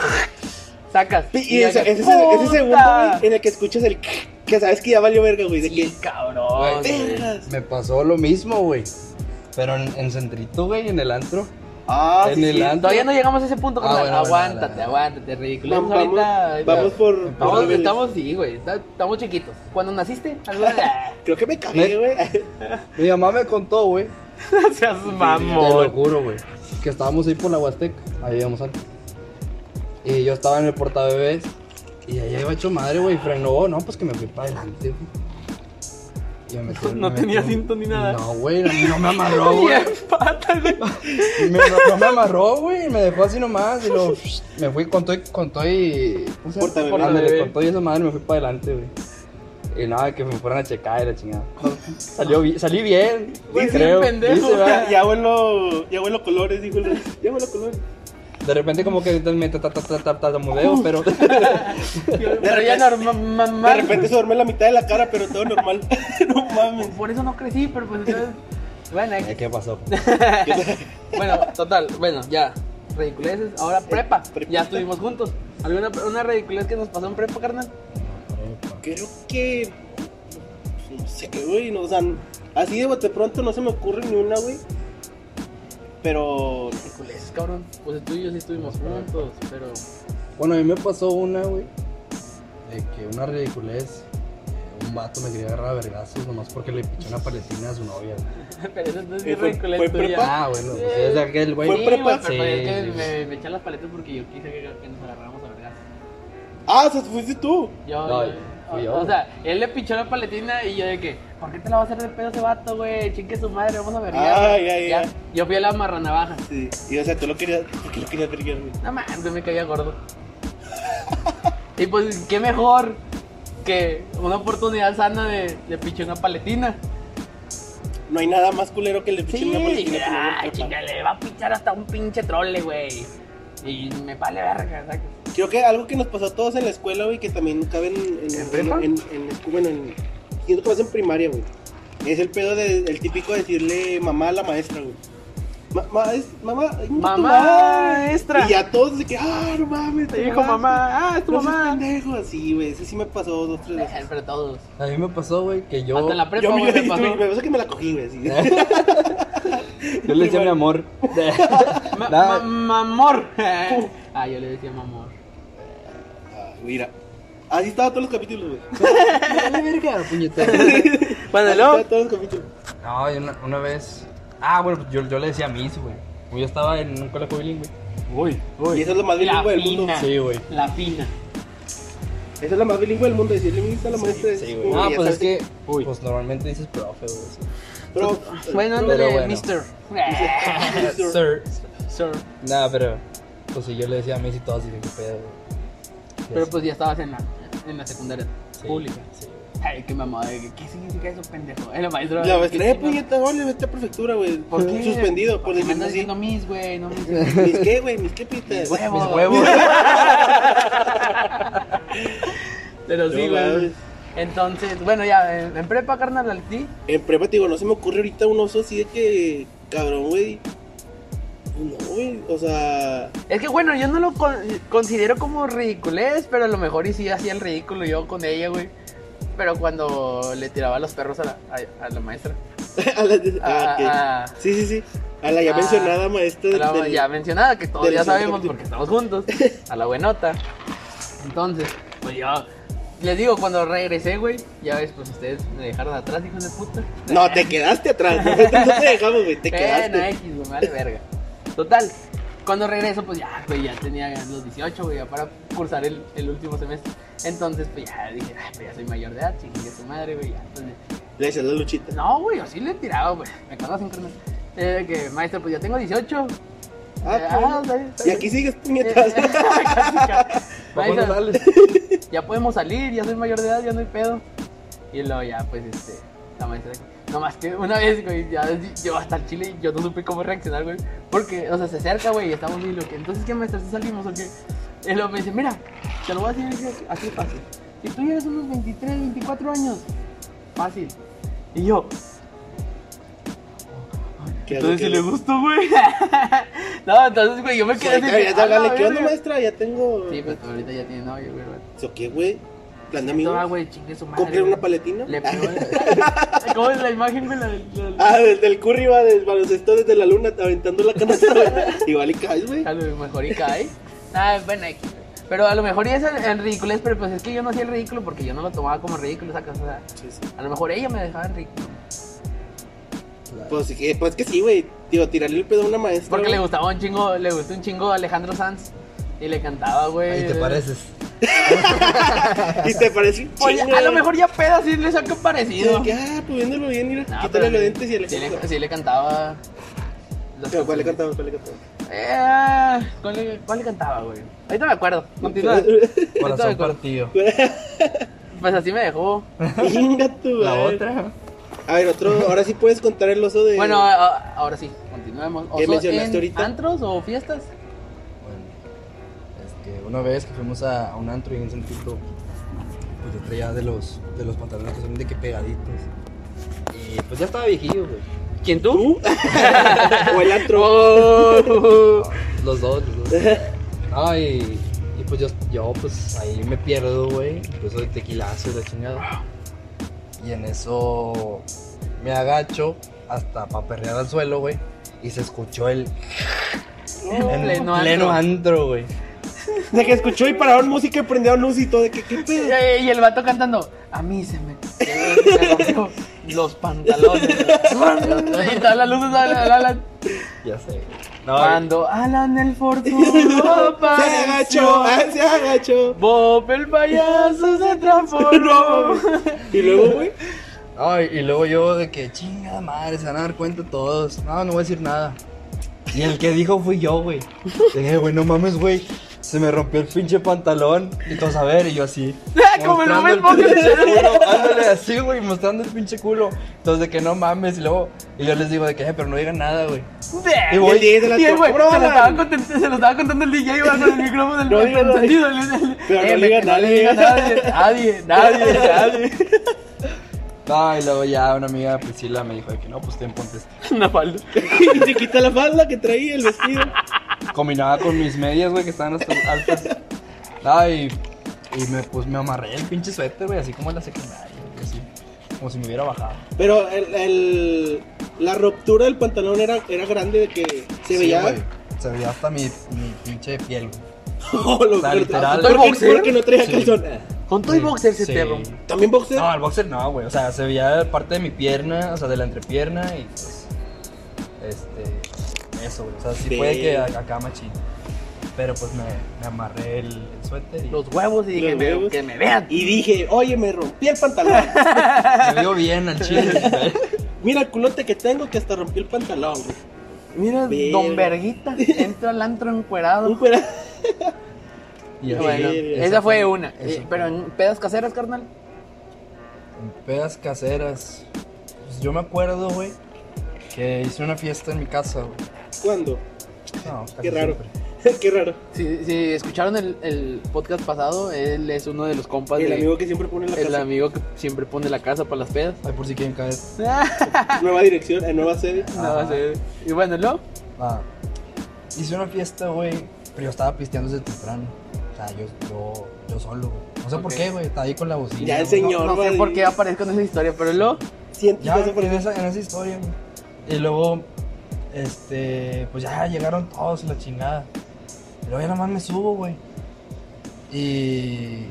S1: sacas.
S2: Sí, Y,
S1: Y
S2: ese,
S1: de que,
S2: ese- ese
S1: ¡puta!
S2: segundo, güey, en el que escuchas el que sabes que ya valió verga, güey, de que
S1: Sí, cabrón.
S3: Güey,
S1: güey.
S2: vergas.
S3: Me pasó lo mismo, güey. Pero en, en centrito, güey, en el antro.
S2: Ah,
S3: en
S2: sí,
S3: el
S2: sí.
S3: antro.
S1: Todavía no llegamos a ese punto,
S3: Ah,
S1: carnal.
S3: bueno, bueno,
S1: aguántate,
S3: bueno,
S1: aguántate, ridículo.
S2: Vamos,
S1: Estamos ahorita-
S2: vamos, vamos por.
S1: Estamos-
S2: por niveles.
S1: estamos, sí, güey, está- estamos chiquitos. Cuando naciste, algo de-
S2: Creo que me cagué,
S3: Me-
S2: güey.
S3: Mi mamá me contó, güey.
S1: seas
S3: Te lo
S1: mamón.
S3: juro, güey. Que estábamos ahí por la Huasteca. Ahí íbamos al. Y yo estaba en el portabebés. Y allá iba hecho madre, güey. Frenó. No, pues que me fui para adelante, güey. Y me metí-
S1: No
S3: me
S1: tenía
S3: metí un-
S1: cinto ni nada.
S3: No, güey. a mí No me amarró,
S1: Y
S3: güey.
S1: empata, güey.
S3: Me, no me amarró, güey. Me dejó así nomás. Y lo. Me fui con todo y. Con todo y. ¿cómo se llama?
S2: Portabebés.
S3: Ándale, con todo y esa madre me fui para adelante, güey. Y nada, que me fueran a checar y la chingada. Salió, bi- salí bien. güey,
S1: Dice
S3: creo.
S1: el pendejo.
S3: Dice, ¿verdad?
S2: Ya, ya huelo, ya huelo colores, dijo el- Ya huelo colores.
S3: De repente como que me ta- ta- ta- ta- ta- tartamudeo, pero...
S1: Pero ya normal.
S2: De repente se duerme la mitad de la cara, pero todo normal. no mames.
S1: Por eso no crecí, pero pues entonces. Bueno,
S3: Eh,
S1: X.
S3: ¿Qué pasó?
S1: bueno, total, bueno, ya. Ridiculeces, ahora prepa.
S2: prepa.
S1: Ya estuvimos juntos. ¿Alguna una ridiculez que nos pasó en prepa, carnal?
S2: Creo que. No sé, güey. No, o sea, así de bote pronto no se me ocurre ni una, güey. Pero.
S1: Ridiculeces, cabrón. Pues tú y yo sí estuvimos juntos, pero.
S3: Bueno, a mí me pasó una, güey. De que una ridiculez. eh, Un vato me quería agarrar a vergazos nomás porque le pichó una paletina a su novia. güey.
S1: pero eso no es
S2: Eh, fue-
S1: ridiculez
S2: fue
S1: tuya.
S2: prepa.
S3: Ah, bueno, pues es de aquel güey.
S2: Fue
S1: Sí,
S2: prepa.
S1: güey, pero pues,
S3: Sí,
S1: es que
S3: sí,
S1: me, me echan las paletas porque yo quise que, que nos agarráramos a vergas.
S2: Ah, o sea, fuiste tú.
S1: Yo,
S3: No,
S1: yo-
S3: fui
S1: o-
S3: yo,
S1: O
S3: güey.
S1: sea, él le pinchó la paletina y yo de que, ¿por qué te la va a hacer de pedo ese vato, güey? Chingue su madre, vamos a ver.
S2: Ah, ya, ya.
S1: Yo fui a la marranavaja.
S2: Sí. Y o sea, tú lo querías. ¿Por qué lo querías ver, güey?
S1: No mames, me caía gordo. y pues, qué mejor que una oportunidad sana de, de pinchar una paletina.
S2: No hay nada más culero que le piche
S1: Sí,
S2: una
S1: dije,
S2: paletina. con una
S1: ay,
S2: papa.
S1: chinga, le va a pinchar hasta un pinche trole, güey. Y me vale verga, ¿sabes?
S2: Creo que algo que nos pasó a todos en la escuela, güey, que también cabe en. en,
S1: ¿En
S2: en-
S1: prepa?
S2: en- en- bueno, en- siento que más en primaria, güey. Es el pedo de- el típico decirle mamá a la maestra, güey. Ma- ma- es- mamá, ay,
S1: Mamá,
S2: tu madre.
S1: maestra.
S2: Y ya todos de que, ah, no mames. tu
S1: mamá, ah, es
S2: No seas pendejo, así, güey. Ese sí me pasó dos, tres veces.
S1: Pero todos.
S3: A mí me pasó, güey, que yo...
S1: Hasta la prepa,
S2: Yo
S1: güey,
S2: miré
S1: me
S2: y tú,
S1: pasó.
S2: me pasa que me la cogí, güey. así.
S3: Yo le decía mi amor.
S1: Ma-
S3: Nada.
S1: ma- Mamor. ah, yo le decía mamor.
S2: Ah, mira. Así estaba todos los capítulos, güey.
S3: Dale verga, puñetero.
S1: Bueno,
S2: Así estaba todos los capítulos.
S3: No, yo una, una vez... Ah, bueno, pues yo, yo le decía a Miss, güey. Yo estaba en un colegio bilingüe.
S1: Uy, uy.
S2: Y eso es lo más bilingüe del mundo.
S1: fina.
S3: Sí, güey.
S1: La fina.
S2: Esa es la más bilingüe del mundo, decirle mi a la maestra. es
S3: Sí,
S2: como,
S3: güey. Ah,
S2: ya
S3: pues es
S2: sabes.
S3: que...
S1: Uy.
S3: Pues normalmente dices profe, güey. sí.
S2: Pero,
S1: Bueno,
S3: Pero
S1: ándale,
S3: bueno.
S1: mister.
S3: Sir.
S1: Sir.
S3: Nada, pero. Pues si yo le decía a Messi todos y que pedo. güey. Y
S1: Pero
S3: así,
S1: pues ya estabas en la, en la secundaria
S3: sí,
S1: pública.
S3: sí, güey.
S1: Ay, qué mamada. ¿Qué qué significa eso, pendejo? El maestro.
S2: la maestra, eh,
S1: ¿qué
S2: puñeta, órale, vete a prefectura, güey.
S1: ¿Por qué?
S2: Suspendido, por
S1: Porque me
S2: decirlo
S1: andas
S2: así.
S1: diciendo mis, güey, no mis.
S2: Mis qué, güey, mis qué pitas.
S1: huevos.
S3: Mis huevos.
S1: Pero sí,
S2: No
S1: güey.
S2: mames.
S1: Entonces, bueno, ya, en, en prepa, carnal, al ti.
S2: En prepa, te digo, no se me ocurre ahorita un oso así de que, cabrón, güey. No, güey, o sea,
S1: Es que bueno, yo no lo con- considero como ridiculez, pero a lo mejor y sí hacía el ridículo yo con ella, güey. Pero cuando le tiraba los perros a la, a, a la maestra.
S2: a la, de- ah, ok.
S1: A, a-
S2: Sí, sí, sí. A la ya
S1: Ah,
S2: mencionada maestra
S1: a
S2: del,
S1: la
S2: del-
S1: ya mencionada, que todos
S2: del
S1: ya
S2: centro
S1: sabemos
S2: de-
S1: porque estamos juntos. A la buenota. Entonces, pues yo. Les digo, cuando regresé, güey, ya ves, pues ustedes me dejaron atrás, hijos de puta.
S2: No, te quedaste atrás. No te no te dejamos, güey, te
S1: Bueno,
S2: quedaste.
S1: X, güey, me vale verga. Total, cuando regreso, pues ya, güey, ya tenía los 18, güey, ya para cursar el, el último semestre. Entonces, pues ya dije, ah, pues ya soy mayor de edad, chingue su madre, güey, ya. Entonces,
S2: Le decías la luchita.
S1: no, güey, así le tiraba, güey, me conocen, carnal. Eh, que, maestro, pues ya tengo 18.
S2: Ah,
S1: Eh,
S2: pues,
S1: ah, está bien, está
S2: Y
S1: bien.
S2: aquí sigues,
S1: Eh,
S2: puñetas.
S1: casi, casi.
S3: ¿Para cuándo
S1: Maestro,
S3: sales?
S1: ya podemos salir, ya soy mayor de edad, ya no hay pedo. Y luego ya, pues, este, la maestra. No más que una vez, güey, ya yo hasta el chile yo no supe cómo reaccionar, güey. Porque, o sea, se acerca, güey, y estamos ni lo que. Entonces, ¿qué maestra? ¿Sí salimos o qué? Y luego me dice, mira, te lo voy a decir así- así fácil. Si tú llegas unos 23, 24 años, fácil. Y yo,
S2: ¿Qué hago,
S1: entonces
S2: qué
S1: si le
S2: hago?
S1: gustó, güey. no, entonces, güey, yo me
S2: Sí,
S1: quedé. así
S2: ahorita
S1: que,
S2: deberías de
S1: "A la
S2: hablarle, ¿qué onda,
S1: verga".
S2: maestra? Ya tengo.
S1: Sí, pues, pero ahorita ya tiene novio, güey. güey.
S2: ¿So qué, güey? Plan de amigo.
S1: No, güey, chingue su madre.
S2: ¿Compré una
S1: güey.
S2: paletina?
S1: Le pegó. ¿Cómo es la imagen, güey? La del. la del-
S2: Ah, del, del curry va del baloncesto desde la luna aventando la canasta, güey. Igual y caes, güey.
S1: A Ah, lo mejor y cae. Ah, bueno, ahí- pero a lo mejor y es en, en ridiculez, pero pues es que yo no hacía el ridículo porque yo no lo tomaba como ridículo, sacas. O sea,
S2: Sí, sí.
S1: a lo mejor ella me dejaba en ridículo.
S2: Pues, sí que- pues que sí, güey. Digo, tirarle el pedo a una maestra.
S1: Porque le
S2: güey.
S1: gustaba un chingo, le gustó un chingo a Alejandro Sanz. Y le cantaba, güey.
S3: Ahí te pareces.
S2: Y te parece un
S1: Oye,
S2: chingo,
S1: a lo
S2: güey.
S1: mejor ya pedas sí le saca
S2: Y
S1: parecido.
S2: de que, ah, pues viéndolo bien, mira.
S1: No,
S2: quítale
S1: pero
S2: los dientes y el
S1: sí le, sí le cantaba. las
S2: Pero, ¿Cuál le
S1: canciones.
S2: cantamos? ¿Cuál le cantamos?
S1: Eh, ¿cuál, le, ¿Cuál le cantaba, güey? Ahorita me acuerdo. Continúa. Ahorita me
S3: Corazón
S1: acuerdo.
S3: partido.
S1: Pues así me dejó.
S2: Venga tú,
S3: La
S2: güey.
S3: otra.
S2: A ver, otro. Ahora sí puedes contar el oso de.
S1: Bueno, a- a- ahora sí, continuemos.
S2: ¿Qué
S1: Oso,
S2: mencionaste
S1: en
S2: ahorita?
S1: ¿Antros o fiestas?
S3: Bueno, este, una vez que fuimos a, a un antro y en ese antro, pues yo traía de los, de los pantalones que son de que pegaditos. Y pues ya estaba viejillo, güey.
S1: ¿Quién
S2: ¿Tú? o el antro.
S1: Oh.
S3: Los dos, los dos. No, y, y pues yo, yo, pues ahí me pierdo, güey. Yo soy tequilazo y la chingada. Y en eso me agacho hasta para perrear al suelo, güey. Y se escuchó el en
S1: pleno antro.
S3: pleno, antro, güey.
S2: De que escuchó y pararon música y prendieron luz y todo. De que, ¿qué pedo?
S1: Eh, Y el vato cantando, a mí se me, se me rompió los pantalones. y todas las luces, Alan, Alan.
S3: Ya sé. güey. No,
S1: Cuando Alan el fortuna
S2: Se agachó, ah, se agachó.
S1: Bob el payaso se transformó.
S2: Y luego, güey.
S3: Ay, y luego yo de que chingada madre, se van a dar cuenta todos. No, no voy a decir nada. Y el que dijo fui yo, güey. Dije, güey, no mames, güey. Se me rompió el pinche pantalón. Y todos a ver, y yo así.
S1: Como el
S3: mostrando
S1: Bob Esponja.
S3: pinche culo, Ándale así, güey, mostrando el pinche culo. Entonces de que no mames. Y luego, y yo les digo de que, "Eh, pero no digan nada, güey.
S1: Y
S3: Y voy-
S1: el DJ se la
S2: y el
S1: güey,
S2: güey,
S1: se, lo
S2: "Pruébala".
S1: estaba content- se lo estaba contando el DJ iba con el micrófono del
S2: No diga nadie.
S1: encendido, el- el-
S2: Pero no
S1: eh,
S2: diga
S1: que no
S2: nadie.
S1: le diga nadie, nadie, nadie, nadie.
S3: No, Ah, y luego ya una amiga Priscila me dijo de que no, pues te ponte esto".
S1: Una falda.
S2: Y se quita la falda que traía el vestido.
S3: Combinaba con mis medias, güey, que estaban hasta altas. Ay, y me, pues, me amarré el pinche suéter, güey, así como en la secundaria, güey, así, como si me hubiera bajado.
S2: Pero el, el- la ruptura del pantalón era, era grande de que se
S3: Sí,
S2: veía.
S3: güey, Se veía hasta mi, mi pinche piel, güey.
S2: Oh, lo-
S3: O sea,
S2: pero-
S3: literal.
S2: ¿por qué-
S1: ¿Boxer?
S2: porque no traía
S3: Sí.
S2: calzón.
S1: Con todo y
S3: Sí,
S1: boxer se
S3: sí.
S1: te rompe.
S2: También boxer.
S3: No, el boxer no, güey, o sea, se veía parte de mi pierna, o sea, de la entrepierna y pues, este, eso, güey, o sea, sí
S2: Ve.
S3: puede que a- acá machín. Pero pues me, me amarré el, el suéter y
S1: Los huevos y dije,
S2: Los
S1: "Me-
S2: huevos.
S1: que me vean.
S2: Y dije, oye, me rompí el pantalón.
S3: me vio bien al chile. güey.
S2: Mira el culote que tengo que hasta rompí el pantalón, güey.
S1: Mira,
S2: Verga.
S1: don Verguita entra al antro encuerado.
S2: Un fuera-
S3: Y así,
S1: Bueno,
S2: Verga.
S1: esa fue una.
S3: eso
S1: Eh, Pero en pedas caseras, carnal.
S3: En pedas caseras. Pues yo me acuerdo, güey, que hice una fiesta en mi casa, güey.
S2: ¿Cuándo?
S3: No, casi
S2: Qué raro.
S3: siempre.
S2: Qué raro.
S1: Si, si escucharon el, el podcast pasado, él es uno de los compas
S2: El
S1: de-
S2: amigo que siempre pone en la
S1: el
S2: casa.
S1: amigo que siempre pone la casa para las pedas.
S3: Ay, por si quieren caer.
S2: Nueva dirección, eh, nueva sede.
S1: No,
S3: Ajá.
S1: sí. Y bueno, ¿no?
S3: Ah, hice una fiesta, güey, pero yo estaba pisteando desde temprano. O sea, yo, yo, yo solo, güey. No sé por
S1: Ok.
S3: qué, güey, estaba ahí con la bocina.
S2: Ya el
S3: güey.
S2: señor.
S1: No, no sé
S2: güey.
S1: por qué aparezco en esa historia, pero lo
S2: Siento
S3: Ya,
S2: que eso por
S3: en esa, en esa historia, güey. Y luego, este, pues ya llegaron todos la chingada. Y luego ya nomás me subo, güey. Y,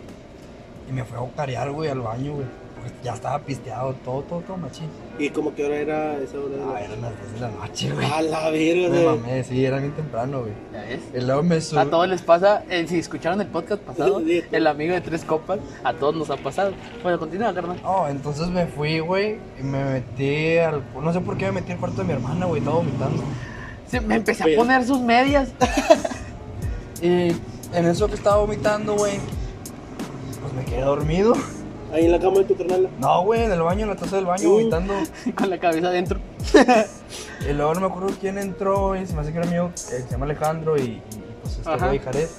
S3: y me fue a bocarear, güey, al baño, güey. Porque ya estaba pisteado, todo, todo, todo machín.
S2: Y como que ahora era esa hora. de
S3: Ah,
S2: la-
S3: eran las 10 de la noche, güey.
S2: A la verga,
S3: Me
S2: Ah, güey.
S3: mamé, sí, era bien temprano, güey.
S1: ¿Ya ves?
S3: Y luego me subí.
S1: A todos les pasa, eh, si escucharon el podcast pasado,
S2: Sí.
S1: el amigo de tres copas, a todos nos ha pasado. Bueno, continúa, carnal.
S3: Oh, entonces me fui, güey, y me metí al... No sé por qué me metí al cuarto de mi hermana, güey, estaba vomitando.
S1: Sí, me empecé
S2: Oye.
S1: a poner sus medias.
S3: Y en eso que estaba vomitando, güey, pues me quedé dormido.
S2: Ahí en la cama de tu carnala.
S3: No, güey, en el baño, en la taza del baño,
S2: Uh.
S3: vomitando.
S1: Con la cabeza adentro.
S3: Y luego no me acuerdo quién entró, y se me hace que era mío, que se llama Alejandro, y, y, pues este
S1: Ajá.
S3: güey, Jared.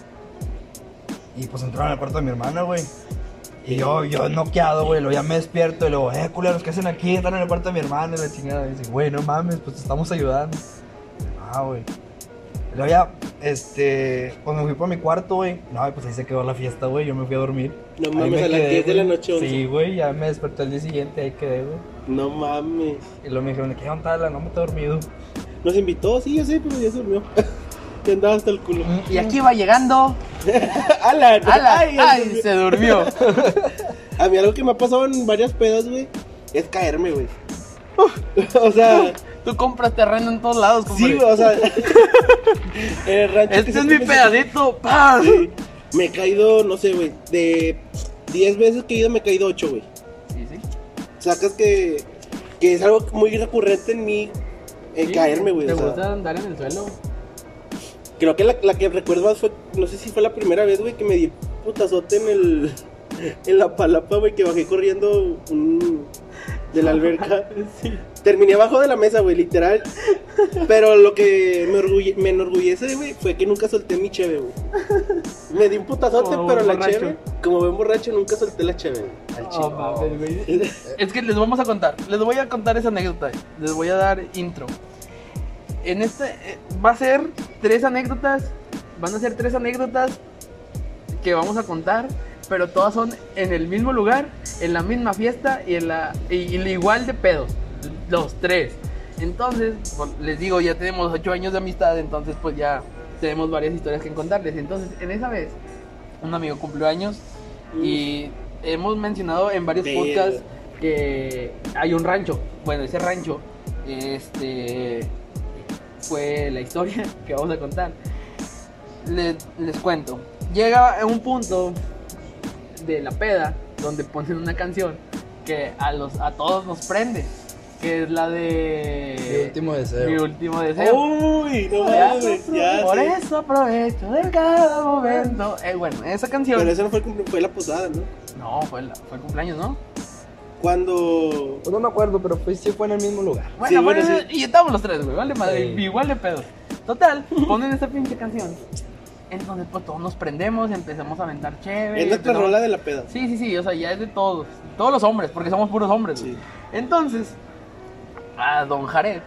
S3: Y pues entraron al cuarto de mi hermana, güey. Y yo, yo noqueado, güey, luego ya me despierto y luego, eh, culeros, ¿qué hacen aquí? Están en el cuarto de mi hermana y la chingada. Y dice, güey, no mames, pues te estamos ayudando. Ah, güey. Y luego ya, este, cuando me fui para mi cuarto, güey, no, pues ahí se quedó la fiesta, güey, yo me fui a dormir.
S2: No
S3: Ahí
S2: mames,
S3: me
S2: a las
S3: quedé,
S2: 10 de la
S3: güey.
S2: noche, once.
S3: Sí, güey, ya me desperté al día siguiente, ahí quedé, güey.
S2: No mames.
S3: Y luego me dijeron, ¿qué onda? La no me está dormido.
S2: Nos invitó, sí, yo sé, pero ya se durmió. Te andaba hasta el culo.
S1: Y aquí va llegando.
S2: Alan,
S1: ¡Ala!
S2: ay,
S1: ¡Ay!
S2: ya se durmió.
S1: se durmió.
S2: A mí algo que me ha pasado en varias pedas, güey, es caerme, güey. o sea,
S1: Tú compras terreno en todos lados, compadre.
S2: sí, güey, o sea. en el rancho que
S1: Este es mi
S2: siempre me-
S1: pedacito. ¡Pam!
S2: Sí. Me he caído, no sé, güey, de 10 veces que he ido me he caído 8, güey.
S1: Sí, sí.
S2: Sacas que, que es algo muy recurrente en mí, en
S1: Sí,
S2: caerme, güey.
S1: ¿Te
S2: o sea.
S1: gusta andar en el suelo?
S2: Creo que la, la que recuerdo más fue, no sé si fue la primera vez, güey, que me di un putazote en el. En la palapa, güey, que bajé corriendo un- de la alberca. Terminé abajo de la mesa, güey, literal. Pero lo que me, orgulle- me enorgullece, güey, fue que nunca solté mi cheve, güey. Me di un putazote,
S1: Como
S2: pero
S1: buen
S2: la
S1: borracho.
S2: cheve, como buen borracho, nunca solté la cheve, güey, al
S1: Oh,
S2: chile.
S1: mames, güey. Es que les vamos a contar, les voy a contar esa anécdota, les voy a dar intro. En este eh, va a ser tres anécdotas, van a ser tres anécdotas que vamos a contar, pero todas son en el mismo lugar, en la misma fiesta y en la y, y igual de pedos, los tres. Entonces, pues, les digo, ya tenemos ocho años de amistad, entonces pues ya tenemos varias historias que contarles. Entonces, en esa vez, un amigo cumplió años y hemos mencionado en varios
S2: Verga.
S1: podcasts que hay un rancho. Bueno, ese rancho, este, fue la historia que vamos a contar. Le- les cuento. Llega a un punto de la peda donde ponen una canción que a los a todos nos prende, que es la de
S3: Mi último deseo.
S1: Mi último deseo.
S2: Uy, no
S1: Ya,
S2: mames, Oh, ya.
S1: Por
S2: sí.
S1: eso aprovecho de cada momento. Eh, bueno, esa canción.
S2: Pero esa no fue, el cumple- fue la posada, ¿no?
S1: No, fue, la- fue el cumpleaños, ¿no?
S2: Cuando.
S3: Pues no me acuerdo, pero pues sí fue en el mismo lugar.
S1: Bueno,
S2: Sí, bueno,
S1: bueno, y estamos los tres, güey, vale madre,
S3: Sí.
S1: igual de pedos. Total, ponen esta pinche canción. Entonces, pues todos nos prendemos, empezamos a aventar chévere.
S2: Es nuestra
S1: empezamos-
S2: rola de la peda.
S1: Sí, sí, sí, o sea, ya es de todos. Todos los hombres, porque somos puros hombres. güey.
S2: Sí.
S1: Entonces, a don Jared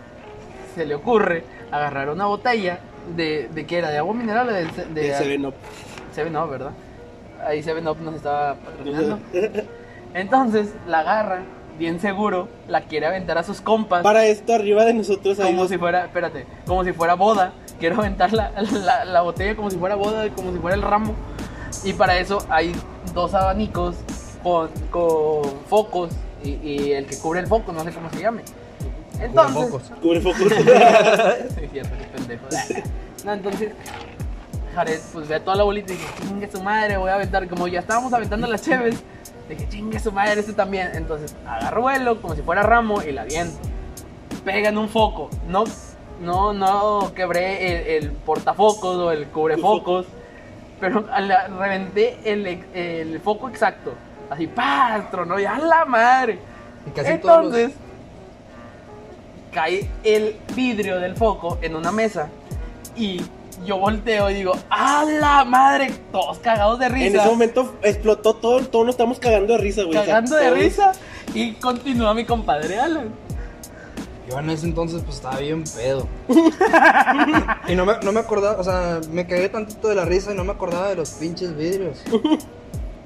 S1: se le ocurre agarrar una botella de, de qué era, de agua mineral o de, de,
S2: De Seven Up.
S1: Seven Up, ¿verdad? Ahí Seven Up nos estaba patrocinando. Entonces, la agarra, bien seguro, la quiere aventar a sus compas.
S2: Para esto, arriba de nosotros hay
S1: Como
S2: dos.
S1: si fuera, espérate, como si fuera boda. Quiero aventar la, la- la botella como si fuera boda, como si fuera el ramo. Y para eso hay dos abanicos con, con focos y, y el que cubre el foco, no sé cómo se llame. Entonces,
S3: Cubrefocos.
S2: Cubre foco.
S1: Sí, cierto, qué pendejo. No, entonces, Jared, pues ve a toda la bolita y dije, chingue su madre, voy a aventar. Como ya estábamos aventando las cheves, dije, chingue su madre, este también. Entonces, agarro vuelo como si fuera ramo y la aviento. Pega en un foco. No, no, no quebré el, el portafocos o el cubrefocos, pero a la- reventé el, ex- el foco exacto. Así, pastro, ¿no? Y a la madre.
S3: Y casi todos
S1: Entonces,
S3: los...
S1: cae el vidrio del foco en una mesa y yo volteo y digo, ¡a la madre! Todos cagados de risa.
S2: En ese momento explotó todo, todos nos estamos cagando de risa, güey. O sea,
S1: cagando de
S2: todos-
S1: risa. Y continúa mi compadre Alan.
S3: Yo en ese entonces pues estaba bien pedo. y no me, no me acordaba, o sea, me cagué tantito de la risa y no me acordaba de los pinches vidrios.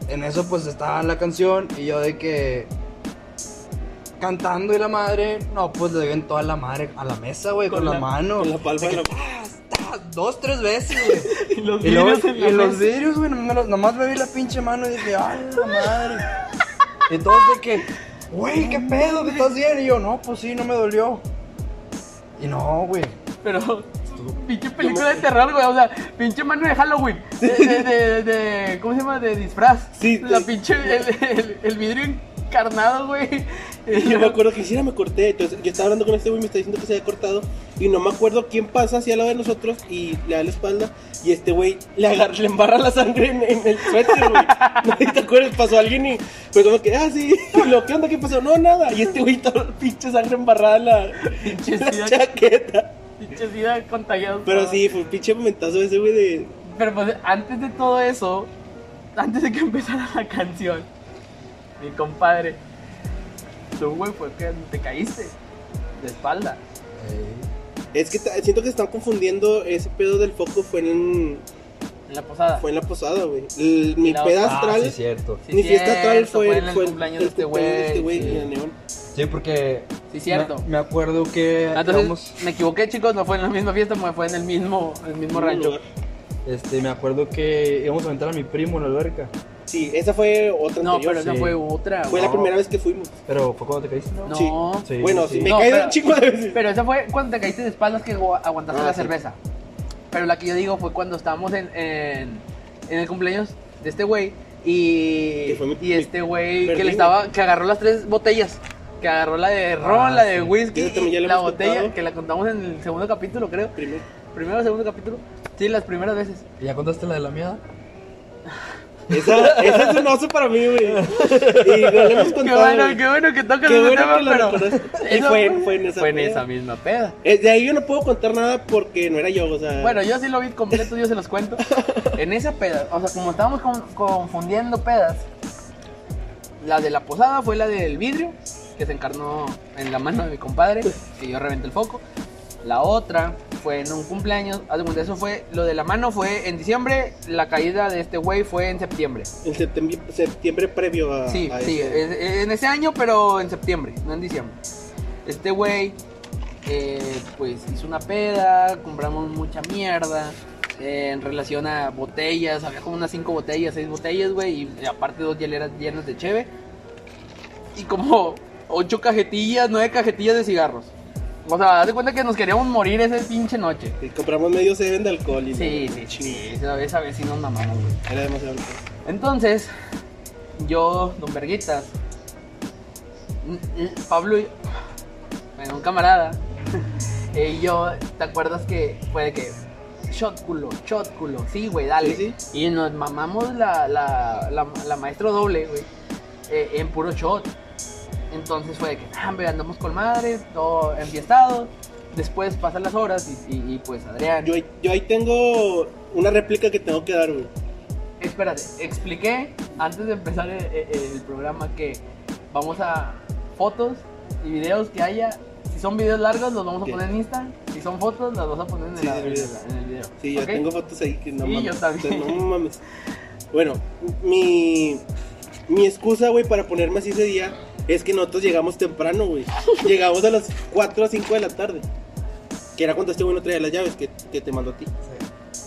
S3: en eso pues estaba la canción y yo de que... Cantando y la madre, no, pues le ven toda la madre a la mesa, güey, con,
S1: Con
S3: la,
S1: la-
S3: mano.
S2: Con la palma
S3: De
S2: de
S3: que,
S2: la-
S3: tas, tas, dos, tres veces, güey.
S1: Y los
S3: Y, luego-
S1: vidrios en la
S3: y los
S1: mesa.
S3: vidrios, güey, nomás, me los- nomás me vi la pinche mano y dije, ay, la madre. Y todos de que, güey, qué pedo, que estás bien. Y yo, no, pues sí, no me dolió. Y no, güey.
S1: Pero, pinche película de terror, güey. O sea, pinche mano de Halloween. De, de- de- de- ¿Cómo se llama? De disfraz.
S2: Sí,
S1: La
S2: sí.
S1: pinche. El, el- el vidrio encarnado, güey.
S2: Y yo me acuerdo que sí, no me corté. Entonces, yo estaba hablando con este güey, me está diciendo que se había cortado. Y no me acuerdo quién pasa hacia al lado de nosotros y le da la espalda. Y este güey le, agarra- le embarra la sangre en, en el suéter, güey. No te acuerdas, pasó alguien y fue como que, ah, sí. Y lo, ¿qué onda? ¿Qué pasó? No, nada. Y este güey, toda la pinche sangre embarrada en la,
S1: Pinche
S2: la
S1: sida-
S2: chaqueta.
S1: Pinche sida contagiado.
S2: Pero sí, fue un pinche momentazo ese, güey, de.
S1: Pero pues antes de todo eso, antes de que empezara la canción, mi compadre, tú, güey, fue que te caíste de espalda.
S4: Eh,
S2: Es que ta- siento que están confundiendo ese pedo del foco fue en,
S1: En la posada.
S2: fue en la posada, güey. El- Mi
S1: la-
S2: peda
S1: ah,
S2: astral.
S3: sí, cierto.
S1: Sí,
S2: Mi fiesta
S1: cierto,
S2: astral fue,
S1: en el
S2: fue
S1: cumpleaños de este
S2: cumpleaños de
S1: güey.
S2: güey,
S3: sí.
S2: en el neón.
S3: Sí, porque.
S1: Sí, cierto.
S3: Me, me acuerdo que.
S1: Ah, Entonces,
S3: íbamos-
S1: me equivoqué, chicos, no fue en la misma fiesta, me fue en el mismo, el mismo rancho.
S2: lugar.
S3: Este, me acuerdo que íbamos a aventar a mi primo en la alberca.
S2: Sí, esa fue otra
S1: No,
S2: anterior.
S1: pero esa
S3: sí.
S1: fue otra,
S2: Fue
S1: güey.
S2: la primera vez que fuimos.
S3: Pero fue cuando te caíste, ¿no?
S1: No,
S2: sí.
S3: Sí,
S2: bueno,
S3: sí.
S2: me
S1: No,
S2: caí de
S1: pero-
S2: un chingo de veces.
S1: pero esa fue cuando te caíste de espaldas que agu- aguantaste
S2: Ah,
S1: la
S2: sí.
S1: cerveza. Pero la que yo digo fue cuando estábamos en, en, en el cumpleaños de este güey y,
S2: Que fue mi-
S1: y este güey que
S2: Berlín,
S1: le estaba que agarró las tres botellas. Que agarró la de ron,
S3: Ah,
S1: la de
S3: sí.
S1: whisky,
S2: Esa también ya
S1: y
S2: la
S1: la
S2: hemos
S1: botella,
S2: contado.
S1: que la contamos en el segundo capítulo, creo.
S2: Primero.
S1: Primero o segundo capítulo. Sí, las primeras veces.
S3: ¿Y ya contaste la de la mierda?
S2: Esa, esa es un oso para mí, güey. Y no le hemos
S1: Qué
S2: contado.
S1: bueno,
S2: güey.
S1: qué bueno que toca
S2: Qué
S1: el
S2: bueno
S1: tema,
S2: que lo
S1: pero
S2: recordaste. Y
S1: Eso
S2: fue- fue en esa
S1: fue en
S2: peda.
S1: esa misma peda.
S2: Eh, De ahí yo no puedo contar nada porque no era yo, o sea.
S1: Bueno, yo sí lo vi completo, yo se los cuento. En esa peda, o sea, como estábamos con- confundiendo pedas, la de la posada fue la del vidrio, que se encarnó en la mano de mi compadre, que yo reventé el foco. La otra fue en un cumpleaños, haz de cuenta, eso fue, lo de la mano fue en diciembre, la caída de este güey fue en septiembre.
S2: En septiembre, septiembre previo a.
S1: Sí,
S2: a
S1: sí,
S2: ese.
S1: es- en ese año, pero en septiembre, no en diciembre. Este güey, eh, pues hizo una peda, compramos mucha mierda. eh, en relación a botellas, había como unas cinco botellas, seis botellas, güey, y aparte dos hieleras llenas de cheve. Y como ocho cajetillas, nueve cajetillas de cigarros. O sea, haz de cuenta que nos queríamos morir esa pinche noche.
S2: Y compramos medio seven de alcohol y
S1: Sí,
S2: no,
S1: sí, sí,
S2: ching,
S1: esa vez, esa vez sí nos mamamos, güey.
S2: Era demasiado alcohol.
S1: Entonces, yo, don Verguitas, n- n- Pablo, y- bueno, un camarada, eh, y yo, ¿te acuerdas que fue de que shot culo, shot culo? Sí, güey, dale.
S2: Sí,
S1: Y nos mamamos la, la, la, la maestro doble, güey, eh, en puro shot. Entonces fue de que, ah, hombre, andamos con madre, todo enfiestado. Después pasan las horas y, y- y, pues Adrián.
S2: Yo, yo ahí tengo una réplica que tengo que dar, güey.
S1: Espérate, expliqué antes de empezar el, el- el programa que vamos a fotos y videos que haya. Si son videos largos, los vamos a
S2: Ok.
S1: poner en Insta. Si son fotos, las vas a poner en,
S2: Sí,
S1: la-
S2: sí, sí.
S1: en el video.
S2: Sí,
S1: ¿ok?
S2: yo tengo fotos ahí que no
S1: Sí,
S2: mames.
S1: yo también.
S2: O sea, no mames. Bueno, mi, mi excusa, güey, para ponerme así ese día es que nosotros llegamos temprano, güey. Llegamos a las 4 o 5 de la tarde. Que era cuando este güey no traía las llaves que, que te mandó a ti.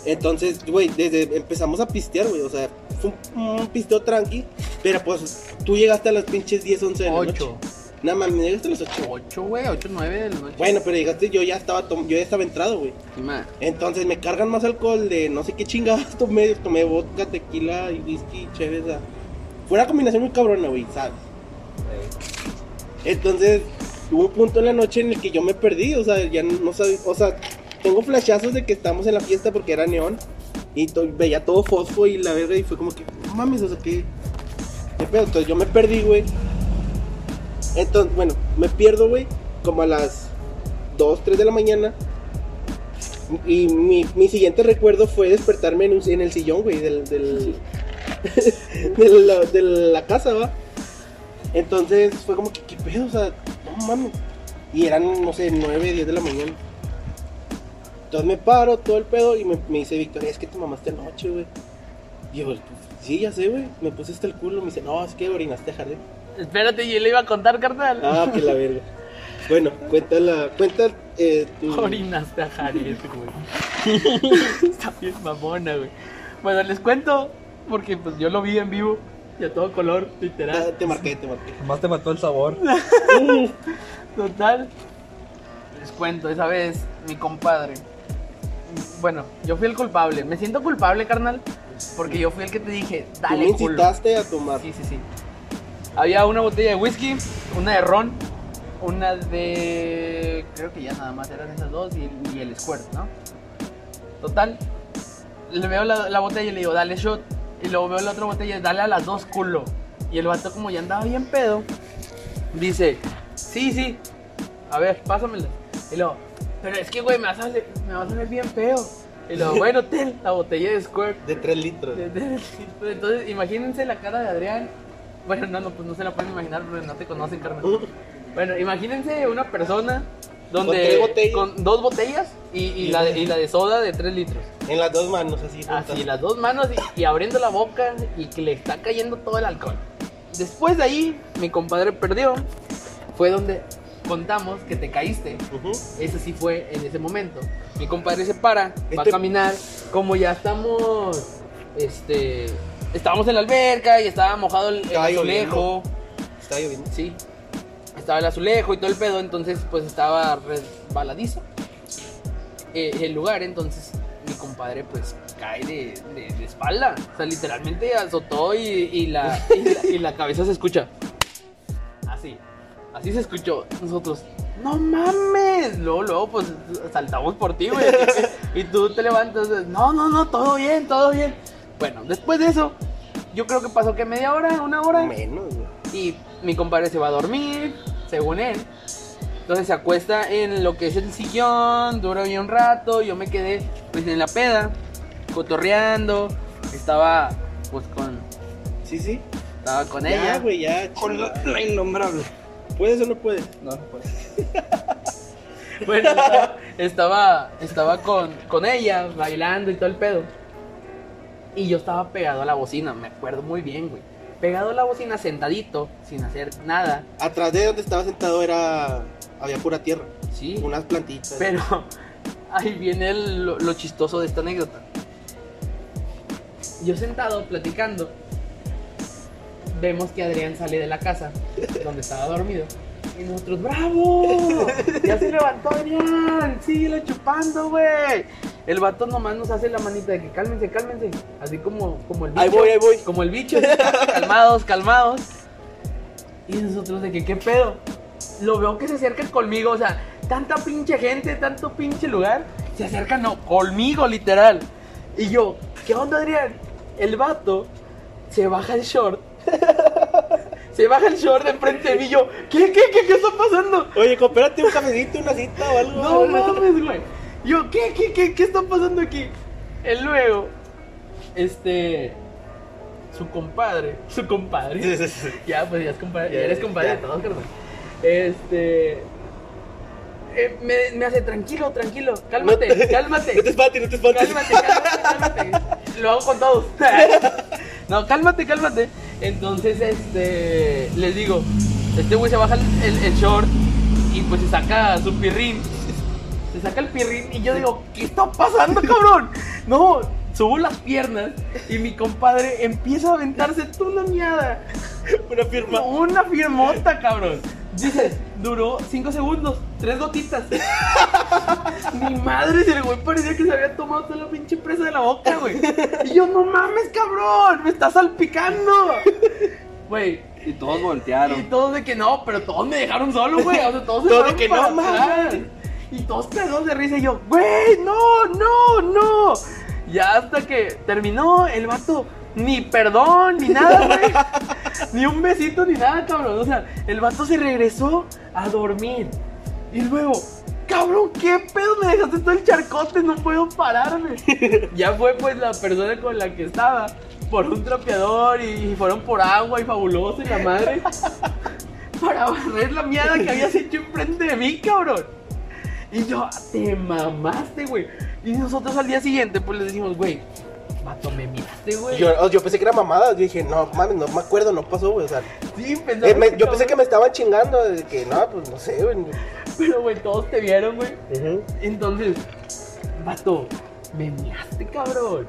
S2: Entonces, güey, desde empezamos a pistear, güey. O sea, fue un, un pisteo tranqui. Pero pues tú llegaste a las pinches 10, 11 de la noche.
S1: Ocho.
S2: Nada más, me llegaste a las 8.
S1: Ocho, güey, ocho, nueve de la noche.
S2: Bueno, pero llegaste, yo ya estaba, tom- yo ya estaba entrado, güey.
S1: Sí, ma.
S2: Entonces me cargan más alcohol de no sé qué chingadas tomé, tomé vodka, tequila y whisky, chévere. o sea, Fue una combinación muy cabrona, güey, ¿sabes? Entonces hubo un punto en la noche en el que yo me perdí, o sea, ya no sabía, o sea, tengo flashazos de que estamos en la fiesta porque era neón y to- veía todo fosfo y la verga y fue como que, "No mames, o sea, que... ¿Qué pedo? Entonces yo me perdí, güey. Entonces, bueno, me pierdo, güey, como a las 2, 3 de la mañana. Y mi, mi siguiente recuerdo fue despertarme en, un- en el sillón, güey, del, del, de, la, de la casa, ¿va? Entonces fue como que, ¿qué pedo? O sea, no mames. Y eran, no sé, 9, 10 de la mañana. Entonces me paro, todo el pedo, y me, me dice Victoria, es que te mamaste anoche, güey. Y yo, pues, sí, ya sé, güey. Me puse hasta el culo, me dice, no, es que orinaste jardín.
S1: Espérate, yo le iba a contar, carnal.
S2: Ah, que la verga. Bueno, cuenta la. Cuenta eh, tu.
S1: Orinaste a Jared, güey. Está bien mamona, güey. Bueno, les cuento, porque pues yo lo vi en vivo y a todo color,
S2: Ah,
S1: literal.
S2: Te marqué, te marqué.
S3: Más te mató el sabor.
S1: Total. Les cuento, esa vez mi compadre. Bueno, yo fui el culpable. Me siento culpable, carnal, porque yo fui el que te dije,
S2: Tú me
S1: dale culo.
S2: incitaste a tomar.
S1: Sí, sí, sí. Había una botella de whisky, una de ron, una de. Creo que ya nada más eran esas dos y, y el squirt, ¿no? Total. Le veo la, la botella y le digo, dale shot. Y luego veo la otra botella, dale a las dos culo. Y el vato, como ya andaba bien pedo, dice, sí, sí, a ver, pásamela. Y luego, pero es que, güey, me vas a ver, me vas a ver bien feo. Y luego, bueno, ten la botella de squirt.
S2: De 3 litros.
S1: De- de- Entonces, imagínense la cara de Adrián. Bueno, no, no, pues no se la pueden imaginar porque no te conocen, carnal. Bueno, imagínense una persona donde
S2: Con tres botellas.
S1: con dos botellas y, y la, de- y la de soda de 3 litros.
S2: En las dos manos, así.
S1: Así,
S2: juntas.
S1: las dos manos y, y abriendo la boca y que le está cayendo todo el alcohol. Después de ahí, mi compadre perdió. Fue donde contamos que te caíste.
S2: Ujú.
S1: Ese sí fue en ese momento. Mi compadre se para, va a
S2: Este-
S1: caminar. Como ya estamos, este, estábamos en la alberca y estaba mojado el, el
S2: Estaba
S1: azulejo.
S2: Está lloviendo.
S1: Sí, estaba el azulejo y todo el pedo, entonces pues estaba resbaladizo eh, el lugar. Entonces mi compadre pues cae de, de- de espalda. O sea, literalmente azotó y, y la, y, la, y la cabeza se escucha. Así, así se escuchó. Nosotros, no mames. Luego, luego, pues saltamos por ti, güey. y tú te levantas, no, no, no, todo bien, todo bien. Bueno, después de eso, yo creo que pasó que media hora, una hora.
S2: Menos, güey.
S1: Y mi compadre se va a dormir, según él. Entonces se acuesta en lo que es el sillón, dura bien un rato, yo me quedé pues en la peda, cotorreando, estaba pues con,
S2: Sí, sí.
S1: estaba con
S2: Ya,
S1: ella.
S2: güey, ya.
S3: Con la,
S2: chingada.
S3: la innombrable.
S2: ¿Puedes o no puedes?
S3: No, no puedes.
S1: pues. Bueno, estaba- estaba, estaba con, con ella, bailando y todo el pedo. Y yo estaba pegado a la bocina, me acuerdo muy bien, güey. Pegado a la bocina, sentadito, sin hacer nada.
S2: Atrás de donde estaba sentado era. Había pura tierra.
S1: Sí.
S2: Unas plantitas.
S1: Pero ahí viene el- lo, lo chistoso de esta anécdota. Yo sentado platicando, vemos que Adrián sale de la casa donde estaba dormido. Y nosotros, ¡bravo! Ya se levantó Adrián, síguelo chupando, güey. El vato nomás nos hace la manita de que cálmense, cálmense. Así como, como el bicho.
S2: Ahí voy, ahí voy.
S1: Como el bicho. calmados, calmados. Y nosotros de que, ¿qué pedo? Lo veo que se acerca conmigo, o sea, tanta pinche gente, tanto pinche lugar, se acercan no, conmigo, literal. Y yo, ¿qué onda, Adrián? El vato se baja el short. Se baja el short de enfrente de mí y yo, ¿qué, qué, qué, qué está pasando?
S2: Oye, cómprate un cafecito, una cita o algo.
S1: No mames, güey. Yo, ¿qué, qué, qué, qué está pasando aquí? Y luego, este, su compadre, su compadre, ya, pues ya, es compadre, ya
S2: Ya,
S1: eres compadre
S2: ya.
S1: de todos, carnal. Este. eh, me, me hace tranquilo, tranquilo. Cálmate, cálmate.
S2: No te espantes, no te espantes.
S1: Cálmate, cálmate, cálmate. Lo hago con todos. No, cálmate, cálmate. Entonces, este. Les digo, este güey se baja el, el- el short y pues se saca su pirrín. Se saca el pirrín y yo digo, ¿qué está pasando, cabrón? No, subo las piernas y mi compadre empieza a aventarse toda una miada.
S2: Una firma.
S1: No, una firmota, cabrón. Dices, duró 5 segundos, tres gotitas. Mi madre, el güey parecía que se había tomado toda la pinche presa de la boca, güey. Y yo, no mames, cabrón, me está salpicando. Güey,
S5: Y todos
S1: y
S5: voltearon.
S1: todos de que no, pero todos me dejaron solo, güey. O sea, todos se
S2: Todos de
S1: fueron
S2: que
S1: para
S2: no,
S1: atrás. Y todos pegados de risa. Y yo, güey, no, no, no. Ya hasta que terminó el vato. Ni perdón, ni nada, güey. ni un besito, ni nada, cabrón. O sea, el vato se regresó a dormir. Y luego, cabrón, ¿qué pedo? Me dejaste todo el charcote, no puedo pararme. ya fue pues la persona con la que estaba. Por un trapeador y fueron por agua y fabuloso y la madre. para barrer la mierda que habías hecho enfrente de mí, cabrón. Y yo, te mamaste, güey. Y nosotros al día siguiente, pues le decimos, güey, vato, me miraste, güey.
S2: Yo, oh, yo pensé que era mamada. Yo dije, no mames, no me acuerdo, no pasó, güey. O sea,
S1: sí, pensamos
S2: eh, me- yo
S1: cabrón.
S2: pensé que me estaban chingando. De que no, pues no sé, güey.
S1: Pero, güey, todos te vieron, güey.
S2: Ujú.
S1: Entonces, vato, me miraste, cabrón.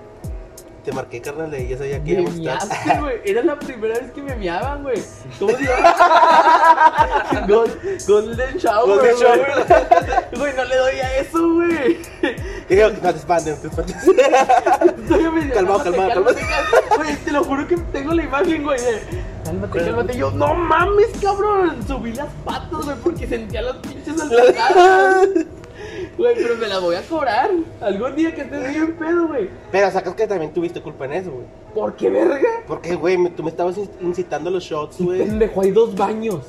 S2: Te marqué, carnal, y ya sabía que
S1: Me
S2: íbamos a estar.
S1: miaste, güey. Era la primera vez que me miaban, güey. ¿Cómo se llama? Gol- Golden Shower.
S2: Golden
S1: güey. Güey, no le doy a eso, güey.
S2: Digo, no te espantes, no te espantes.
S1: Todavía me decía,
S2: Calmado,
S1: "Cálmate,
S2: calmado,
S1: cálmate, cálmate". Güey, te lo juro que tengo la imagen, güey. de, Cálmate, cálmate. Yo, no mames, cabrón. Subí las patas, güey, porque sentía las pinches alzadas. Güey, pero me la voy a cobrar. Algún día que estés bien pedo, güey.
S2: Pero sacas que también tuviste culpa en eso, güey.
S1: ¿Por qué, verga?
S2: Porque, güey, me- tú me estabas inc- incitando a los shots, güey.
S1: Pendejo, hay dos baños.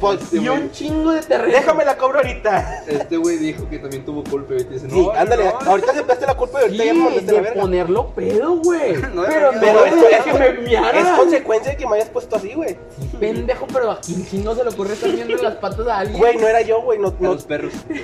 S2: Pues,
S4: este,
S1: Y
S4: güey,
S1: un chingo de terreno.
S2: Déjame la cobro ahorita.
S4: este güey dijo que también tuvo culpa y ahorita dice,
S2: Sí,
S4: no,
S2: ándale,
S4: no,
S2: ahorita siempre la
S1: Sí,
S2: culpa y ahorita ya me mandaste la
S1: de
S2: verga.
S1: ponerlo pedo, güey.
S3: No,
S1: pero
S3: no,
S1: no,
S2: Pero
S1: pero
S2: esto
S1: es que me miara.
S2: Es consecuencia de que me hayas puesto así, güey.
S1: Pendejo, pero a quién chingo se le ocurre estar viendo las patas a alguien.
S2: Güey, no era yo, güey. No,
S4: a
S2: no-
S4: los perros.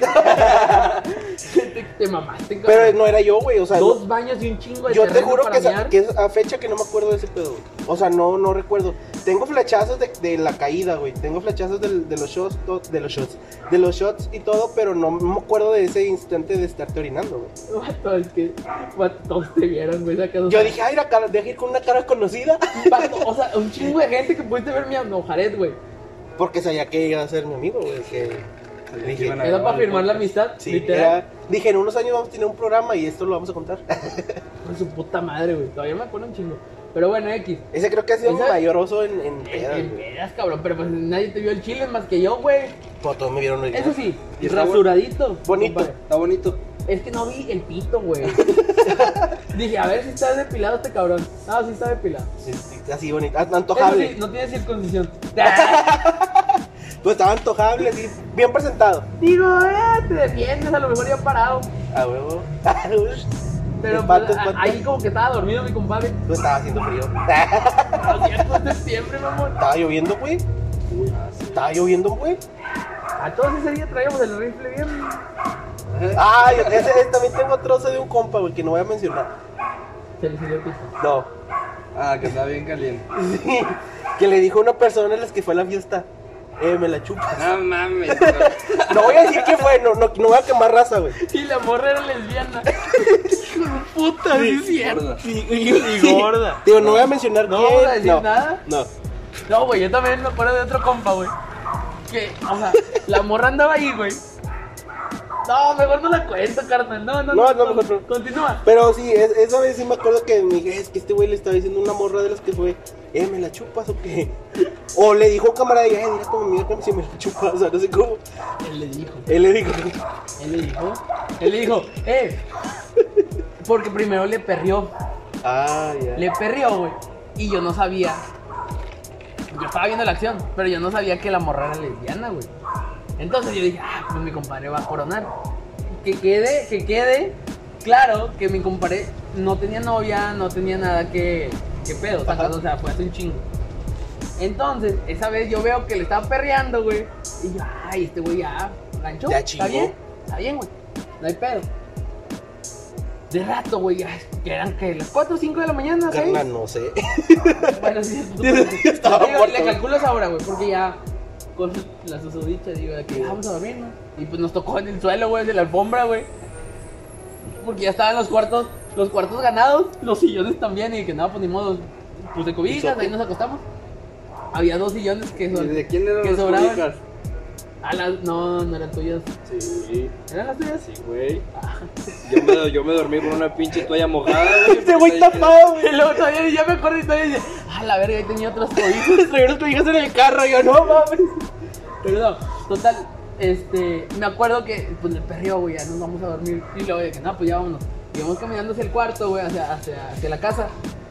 S1: te, te mamaste, cabrón.
S2: pero no era yo, güey. O sea,
S1: Dos baños y un chingo de
S2: yo te
S1: terreno
S2: juro
S1: Pues, para
S2: que, esa-
S1: mear.
S2: que es a fecha que no me acuerdo de ese pedo, güey. O sea, no, no recuerdo. Tengo flechazos de, de la caída, güey. Tengo flechazos del- de, los shots, to- de los shots, de los shots y todo, pero no me acuerdo de ese instante de estarte orinando, güey.
S1: Vato, es que vato, todos te vieron, güey. sacando-
S2: Yo dije, ay, la cara, deja ir con una cara conocida.
S1: Vato, o sea, un chingo de gente que pudiste ver miando Jared, güey.
S2: Porque sabía que iba a ser mi amigo, güey. Que... Dije, "Eh,
S4: iban a-
S1: Era para firmar la amistad,
S2: pues, sí,
S1: literal.
S2: era- dije, en unos años vamos a tener un programa y esto lo vamos a contar.
S1: Con su puta madre, güey. Todavía me acuerdo un chingo. Pero bueno, X.
S2: Ese creo que ha sido mi
S1: Esa-
S2: mayor oso en, en pedas,
S1: En
S2: güey.
S1: pedas, cabrón. Pero pues nadie te vio el chile más que yo, güey.
S2: Como todos me vieron orinar.
S1: Eso sí,
S4: Y está
S1: rasuradito.
S2: bonito.
S1: compadre.
S4: Está bonito.
S1: Es que no vi el pito, güey. Dije, a ver si está depilado este cabrón. No, sí está depilado.
S2: Sí, sí, Así bonito, ah,
S1: Eso
S2: antojable.
S1: sí, no tiene circuncisión.
S2: Pues estaba antojable, así, bien presentado.
S1: Digo, eh, te defiendes, a lo mejor ya parado.
S2: A huevo. Ah, ush.
S1: Pero
S2: El pato,
S1: pues,
S2: el
S1: a-
S2: pato.
S1: ahí como que estaba dormido mi compadre.
S2: Pues estaba haciendo frío.
S1: Lo cierto es septiembre, mamón.
S2: Estaba lloviendo, güey. Estaba lloviendo, güey.
S1: A todos ese día traíamos el rifle bien.
S2: Ah, yo- ese, ese también tengo trozo de un compa, güey, que no voy a mencionar.
S1: Se le salió el pito.
S2: No.
S4: Ah, que andaba bien caliente.
S2: Sí, que le dijo a una persona a las que fue a la fiesta. Eh, me la chupa.
S4: No mames.
S2: No voy a decir que fue, no, no, no voy a quemar raza, güey.
S1: Y la morra era lesbiana. Hijo de puta, sí es cierto.
S4: gorda.
S2: Sí.
S1: gorda.
S2: Digo, no voy a mencionar
S1: No
S2: quién,
S1: vamos a decir
S2: no.
S1: nada.
S2: No.
S1: No, güey, yo también me acuerdo de otro compa, güey. Que, o sea, la morra andaba ahí, güey. No, mejor no la cuento, carnal. No, no,
S2: No, no, mejor no.
S1: Continúa.
S2: Pero sí, es- esa vez sí me acuerdo que me dije, es que este güey le estaba diciendo a una morra de las que fue, eh, ¿me la chupas o qué? O le dijo a un camarada, eh, dile como mira como si me la chupas, o sea, no sé cómo.
S1: Él le dijo,
S2: Él le dijo,
S1: él le dijo, él le dijo, eh. Porque primero le perrió,
S2: ah, ya.
S1: le perrió, güey. Y yo no sabía. Yo estaba viendo la acción, pero yo no sabía que la morra era lesbiana, güey. Entonces yo dije, ah, pues mi compadre va a coronar. Que quede, que quede claro que mi compadre no tenía novia, no tenía nada que, que pedo, sacas,
S2: Ajá.
S1: o sea, fue hace un chingo. Entonces, esa vez yo veo que le estaba perreando, güey. Y yo, ay, este güey ya ganchó.
S2: Ya
S1: Está
S2: chingó.
S1: bien, está bien, güey. No hay pedo. De rato, güey, ya que eran que las 4 o 5 de la mañana, ¿sí?
S2: Carnal, no sé.
S1: Bueno, sí, tú-
S2: Yo estaba
S1: Digo,
S2: muerto,
S1: le
S2: güey.
S1: calculas ahora, güey, porque ya con la susodicha, digo, de que ya vamos a dormir, ¿no? Y pues nos tocó en el suelo, güey, de la alfombra, güey. Porque ya estaban los cuartos, los cuartos ganados, los sillones también, y que nada, pues ni modo, pues de cobijas,
S2: Sopa.
S1: ahí nos acostamos. Había dos sillones que
S4: ¿Y
S1: son.
S4: ¿De quién eran
S1: que
S4: las
S1: sobraban.
S4: cobijas?
S1: A las, no, no eran tuyas.
S4: Sí,
S1: ¿Eran las tuyas?
S4: sí, güey. Yo me, yo me dormí con una pinche toalla mojada, güey.
S2: Este güey
S4: Pues,
S2: tapado, güey.
S1: Y luego todavía, ya me acuerdo y todavía dice, ah, la verga, ahí tenía otras cobijas.
S2: Traía unos cobijas en el carro, yo, no mames.
S1: Perdón, total, este, me acuerdo que, pues, el perreo, güey, ya nos vamos a dormir. Y luego de que, no, pues ya vámonos. Y vamos caminando hacia el cuarto, güey, hacia, hacia, hacia la casa.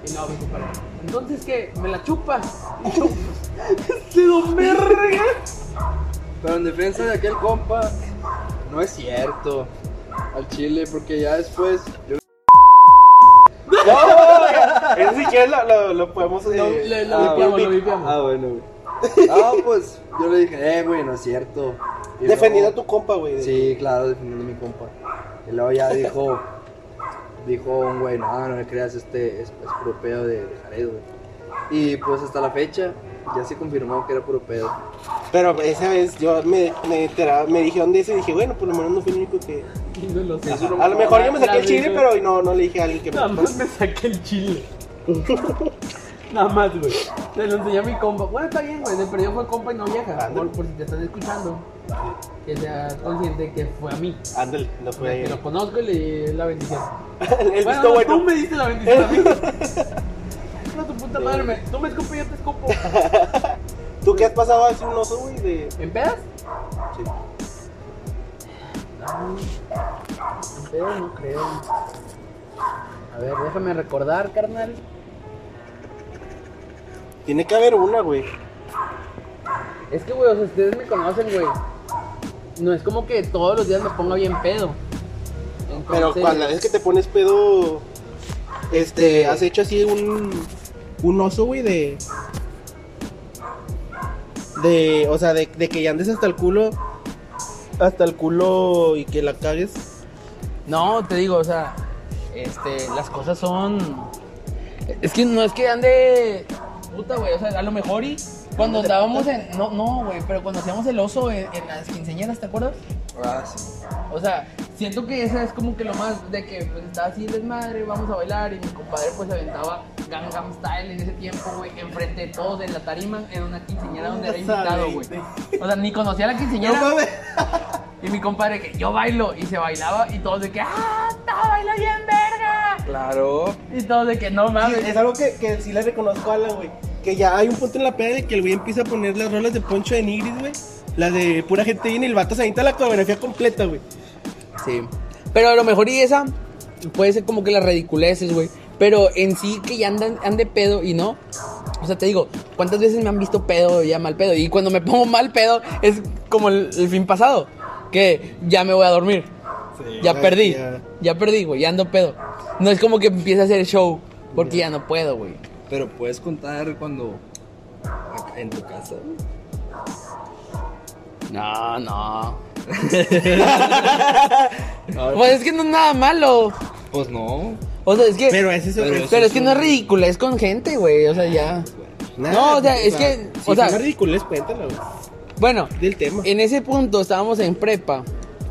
S1: Y no, me compadre, entonces, ¿qué? ¿Me la chupa? Y yo, este don verga.
S4: Pero en defensa de aquel compa, no es cierto. Al chile, porque ya después. Yo...
S2: Eso si quieres lo, lo, lo podemos...
S4: No,
S2: eh,
S1: Lo,
S4: Ah,
S1: lo vipiamos,
S2: bueno.
S1: lo vipiamos.
S4: Ah, bueno, güey. No, pues yo le dije, eh, güey, no es cierto. Y
S2: Defendiendo a
S4: luego-
S2: tu compa, güey.
S4: Sí, claro, defendiendo a mi compa. Y luego ya dijo, dijo un güey, no, no le creas, este es, es puro pedo de, de Jared, güey.
S6: Y pues hasta la fecha ya se confirmó que era puro pedo.
S2: Pero esa vez yo me, me, enteraba- me dijeron de eso y dije, bueno, por lo menos no fui el único que. A lo mejor yo me saqué el chile, pero no, no le dije a alguien que me.
S7: Nada más me saqué el chile. Nada más, güey. Se lo enseñé a mi compa. Bueno, está bien, güey. De perdió fue compa y no vieja.
S2: Ándale.
S7: Por, por si te están escuchando. Que sea consciente que fue a mí.
S2: Ándale, no fue
S7: Que
S2: ayer.
S7: lo conozco y le di la bendición.
S2: El
S7: bueno,
S2: visto
S7: no,
S2: bueno.
S7: tú me diste la bendición a mí. No, tu puta madre. Me, tú me escupas y yo te escupo.
S2: ¿Tú qué has pasado así un oso, güey? De...
S7: ¿En pedas?
S2: Sí.
S7: En pedas no creo. A ver, déjame recordar, carnal.
S2: Tiene que haber una, güey.
S7: Es que, güey, o sea, ustedes me conocen, güey. No es como que todos los días me ponga bien pedo.
S2: Pero
S7: Entonces,
S2: cuando la vez que te pones pedo, este, has hecho así un, un oso, güey, de. De, o sea, de, de que ya andes hasta el culo. Hasta el culo y que la cagues.
S7: No, te digo, o sea, este, las cosas son. Es que no es que ande. Puta, güey, o sea, a lo mejor y. Cuando andábamos en. No, no, güey, pero cuando hacíamos el oso en, en las quinceañeras, ¿te acuerdas?
S6: Ah, sí.
S7: O sea, siento que esa es como que lo más de que pues, estaba así desmadre, vamos a bailar y mi compadre pues aventaba Gangnam Style en ese tiempo, güey, enfrente de todos en la tarima, en una quinceañera donde era invitado, güey. O sea, ni conocía a la quinceañera. y mi compadre que yo bailo y se bailaba y todos de que ah, está baila bien verga.
S6: Claro.
S7: Y todos de que no
S1: Ah,
S2: Sí,
S7: mames.
S2: es algo que, que sí le reconozco a Alan, güey. Que ya hay un punto en la peda de que el güey empieza a poner las rolas de Poncho de Nigris, güey. Las de pura gente bien y el vato se avienta la coreografía completa, güey.
S1: Sí. Pero a lo mejor y esa puede ser como que las ridiculeces, güey. Pero en sí que ya andan, ande pedo y no. O sea, te digo, ¿cuántas veces me han visto pedo ya mal pedo? Y cuando me pongo mal pedo es como el, el fin pasado. Que ya me voy a dormir. ya
S2: ya,
S1: perdí.
S2: ya.
S1: Ya, perdí, güey. Ya ando pedo. No es como que empiece a hacer show. Porque ya no puedo, güey.
S3: Pero puedes contar cuando. acá En tu casa.
S1: No, no. Pues
S3: güey.
S1: es Pues que no es nada malo.
S3: Pues no.
S1: O sea, es que.
S2: Pero ese es el-
S1: pero
S2: ese
S1: es que no es ridícula, es con gente, güey. O sea, ya. No, o sea, es que.
S2: Si
S1: O sea, Eh,
S2: es ridiculez, cuéntala, güey.
S1: bueno,
S2: Del tema.
S1: en ese punto estábamos en prepa.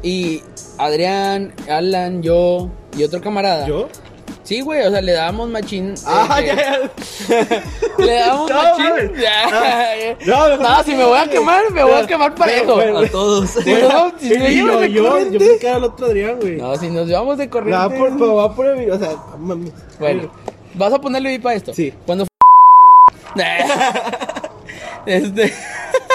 S1: Y Adrián, Alan, yo y otro camarada.
S2: ¿Yo?
S1: Sí, güey, o sea, le dábamos machín. eh,
S2: Ah,
S1: eh,
S2: ya, ya.
S1: Le dábamos
S2: No,
S1: machín.
S2: mames.
S1: Ya.
S2: No, mejor
S1: No, si me voy a
S2: güey.
S1: quemar, me voy a
S2: No,
S1: quemar
S2: no,
S1: parejo.
S2: bueno,
S1: A todos. No, si
S2: Sí,
S1: nos
S2: yo,
S1: llevamos de
S2: yo, yo
S1: corriente.
S2: pensé que era el otro Adrián, güey.
S1: No, si nos llevamos de corriente.
S2: Va por, pero va por el, o sea, mami.
S1: Bueno, ¿vas a ponerle VIP a esto?
S2: Sí.
S1: Cuando fu- Este.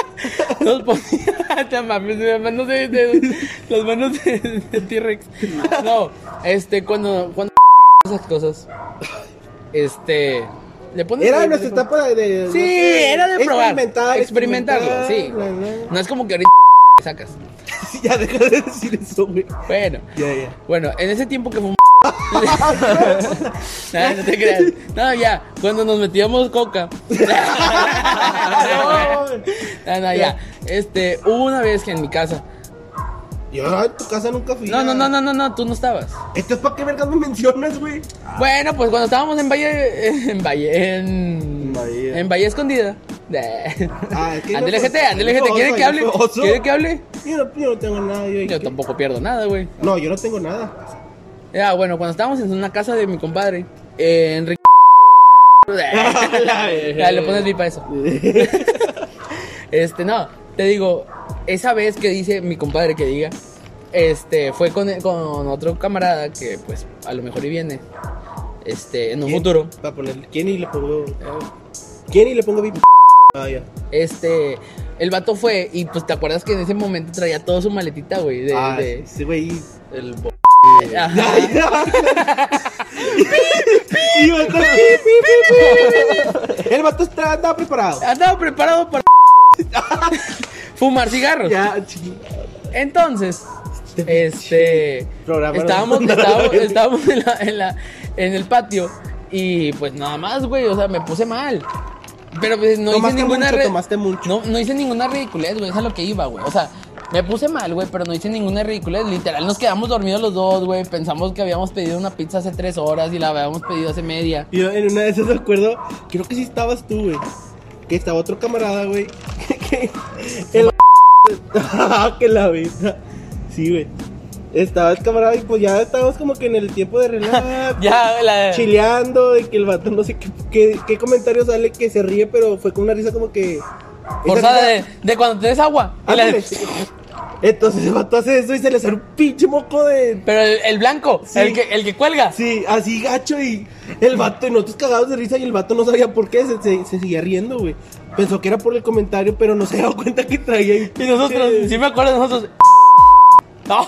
S1: Nos ponía. Te mames, las manos de. de- las manos de, de T-Rex. No, este, cuando. Cuando. Esas cosas. Este. Le pones.
S2: Era nuestra etapa de, de-
S1: Sí,
S2: no sé,
S1: era de probar.
S2: experimentar,
S1: experimentarlo, sí.
S2: experimentar, bla, bla.
S1: No es como que ahorita sacas.
S2: Sí, Ya deja de decir eso, güey.
S1: Bueno.
S2: Ya, ya.
S1: Bueno, en ese tiempo que fue Nah, no te creas. No, ya, cuando nos metíamos coca.
S2: Ah, no, güey.
S1: No, no, ya. Este, hubo una vez que en mi casa.
S2: Yo en tu casa nunca fui.
S1: No,
S2: a-
S1: no, no, no, no, no, tú no estabas.
S2: ¿Esto es para qué vergas me mencionas, güey?
S1: Bueno, pues cuando estábamos en Valle. eh, En Valle. En,
S2: En Bahía.
S1: en Valle Escondida.
S2: Ah, es que yo
S1: Andele
S2: no-
S1: GT, andele
S2: yo
S1: GT.
S2: no
S1: ¿Quiere
S2: soy
S1: que hable?
S2: oso.
S1: ¿Quiere que hable?
S2: Yo no, yo no tengo nada. Yo,
S1: Yo tampoco pierdo nada, güey.
S2: No, yo no tengo nada.
S1: Ya, bueno, cuando estábamos en una casa de mi compadre, eh, Enrique. Ya, le pones VIP a eso. este, no, te digo, esa vez que dice mi compadre que diga, este, fue con, con otro camarada que, pues, a lo mejor y viene, este, en un futuro.
S2: Para ponerle. ¿Quién y le pongo? ¿Quién y le pongo VIP? Ah, ya.
S1: Este, el vato fue, y pues, ¿te acuerdas que en ese momento traía toda su maletita, güey? De,
S2: Ah,
S1: de-
S2: sí, güey.
S6: El bo-
S1: Ajá.
S2: Y yo, con- El vato está- andaba preparado.
S1: Andaba preparado para fumar cigarros.
S2: Ya, chiqui.
S1: Entonces, este,
S2: programa no
S1: estábamos,
S2: nos mandaron
S1: estábamos,
S2: a la
S1: estábamos en, la- en la- en el patio y pues nada más, güey, o sea, me puse mal. Pero pues no hice
S2: Tomaste
S1: ninguna
S2: mucho,
S1: re-
S2: tomaste mucho.
S1: No, no hice ninguna ridiculez, güey, es a lo que iba, güey. O sea, Me puse mal, güey, pero no hice ninguna ridícula. Literal, nos quedamos dormidos los dos, güey. Pensamos que habíamos pedido una pizza hace tres horas y la habíamos pedido hace media.
S2: Y yo en una de esas recuerdo, creo que sí estabas tú, güey. Que estaba otro camarada, güey. Que el que la vida. Sí, güey. Estaba el camarada y pues ya estábamos como que en el tiempo de relax.
S1: Ya, la...
S2: chileando de que el vato no sé qué, qué, qué comentario sale que se ríe, pero fue con una risa como que.
S1: Forzada
S2: esa
S1: de,
S2: risa-
S1: de cuando tienes agua. Y la-
S2: Ándale. Entonces el vato hace eso y se le sale un pinche moco de.
S1: Pero el, el blanco,
S2: Sí.
S1: el, que, el que cuelga.
S2: Sí, así gacho y el vato, y nosotros cagados de risa y el vato no sabía por qué, se, se, se seguía riendo, güey. Pensó que era por el comentario, pero no se dio cuenta que traía. ahí-
S1: Y nosotros,
S2: Sí.
S1: sí me acuerdo de nosotros. No.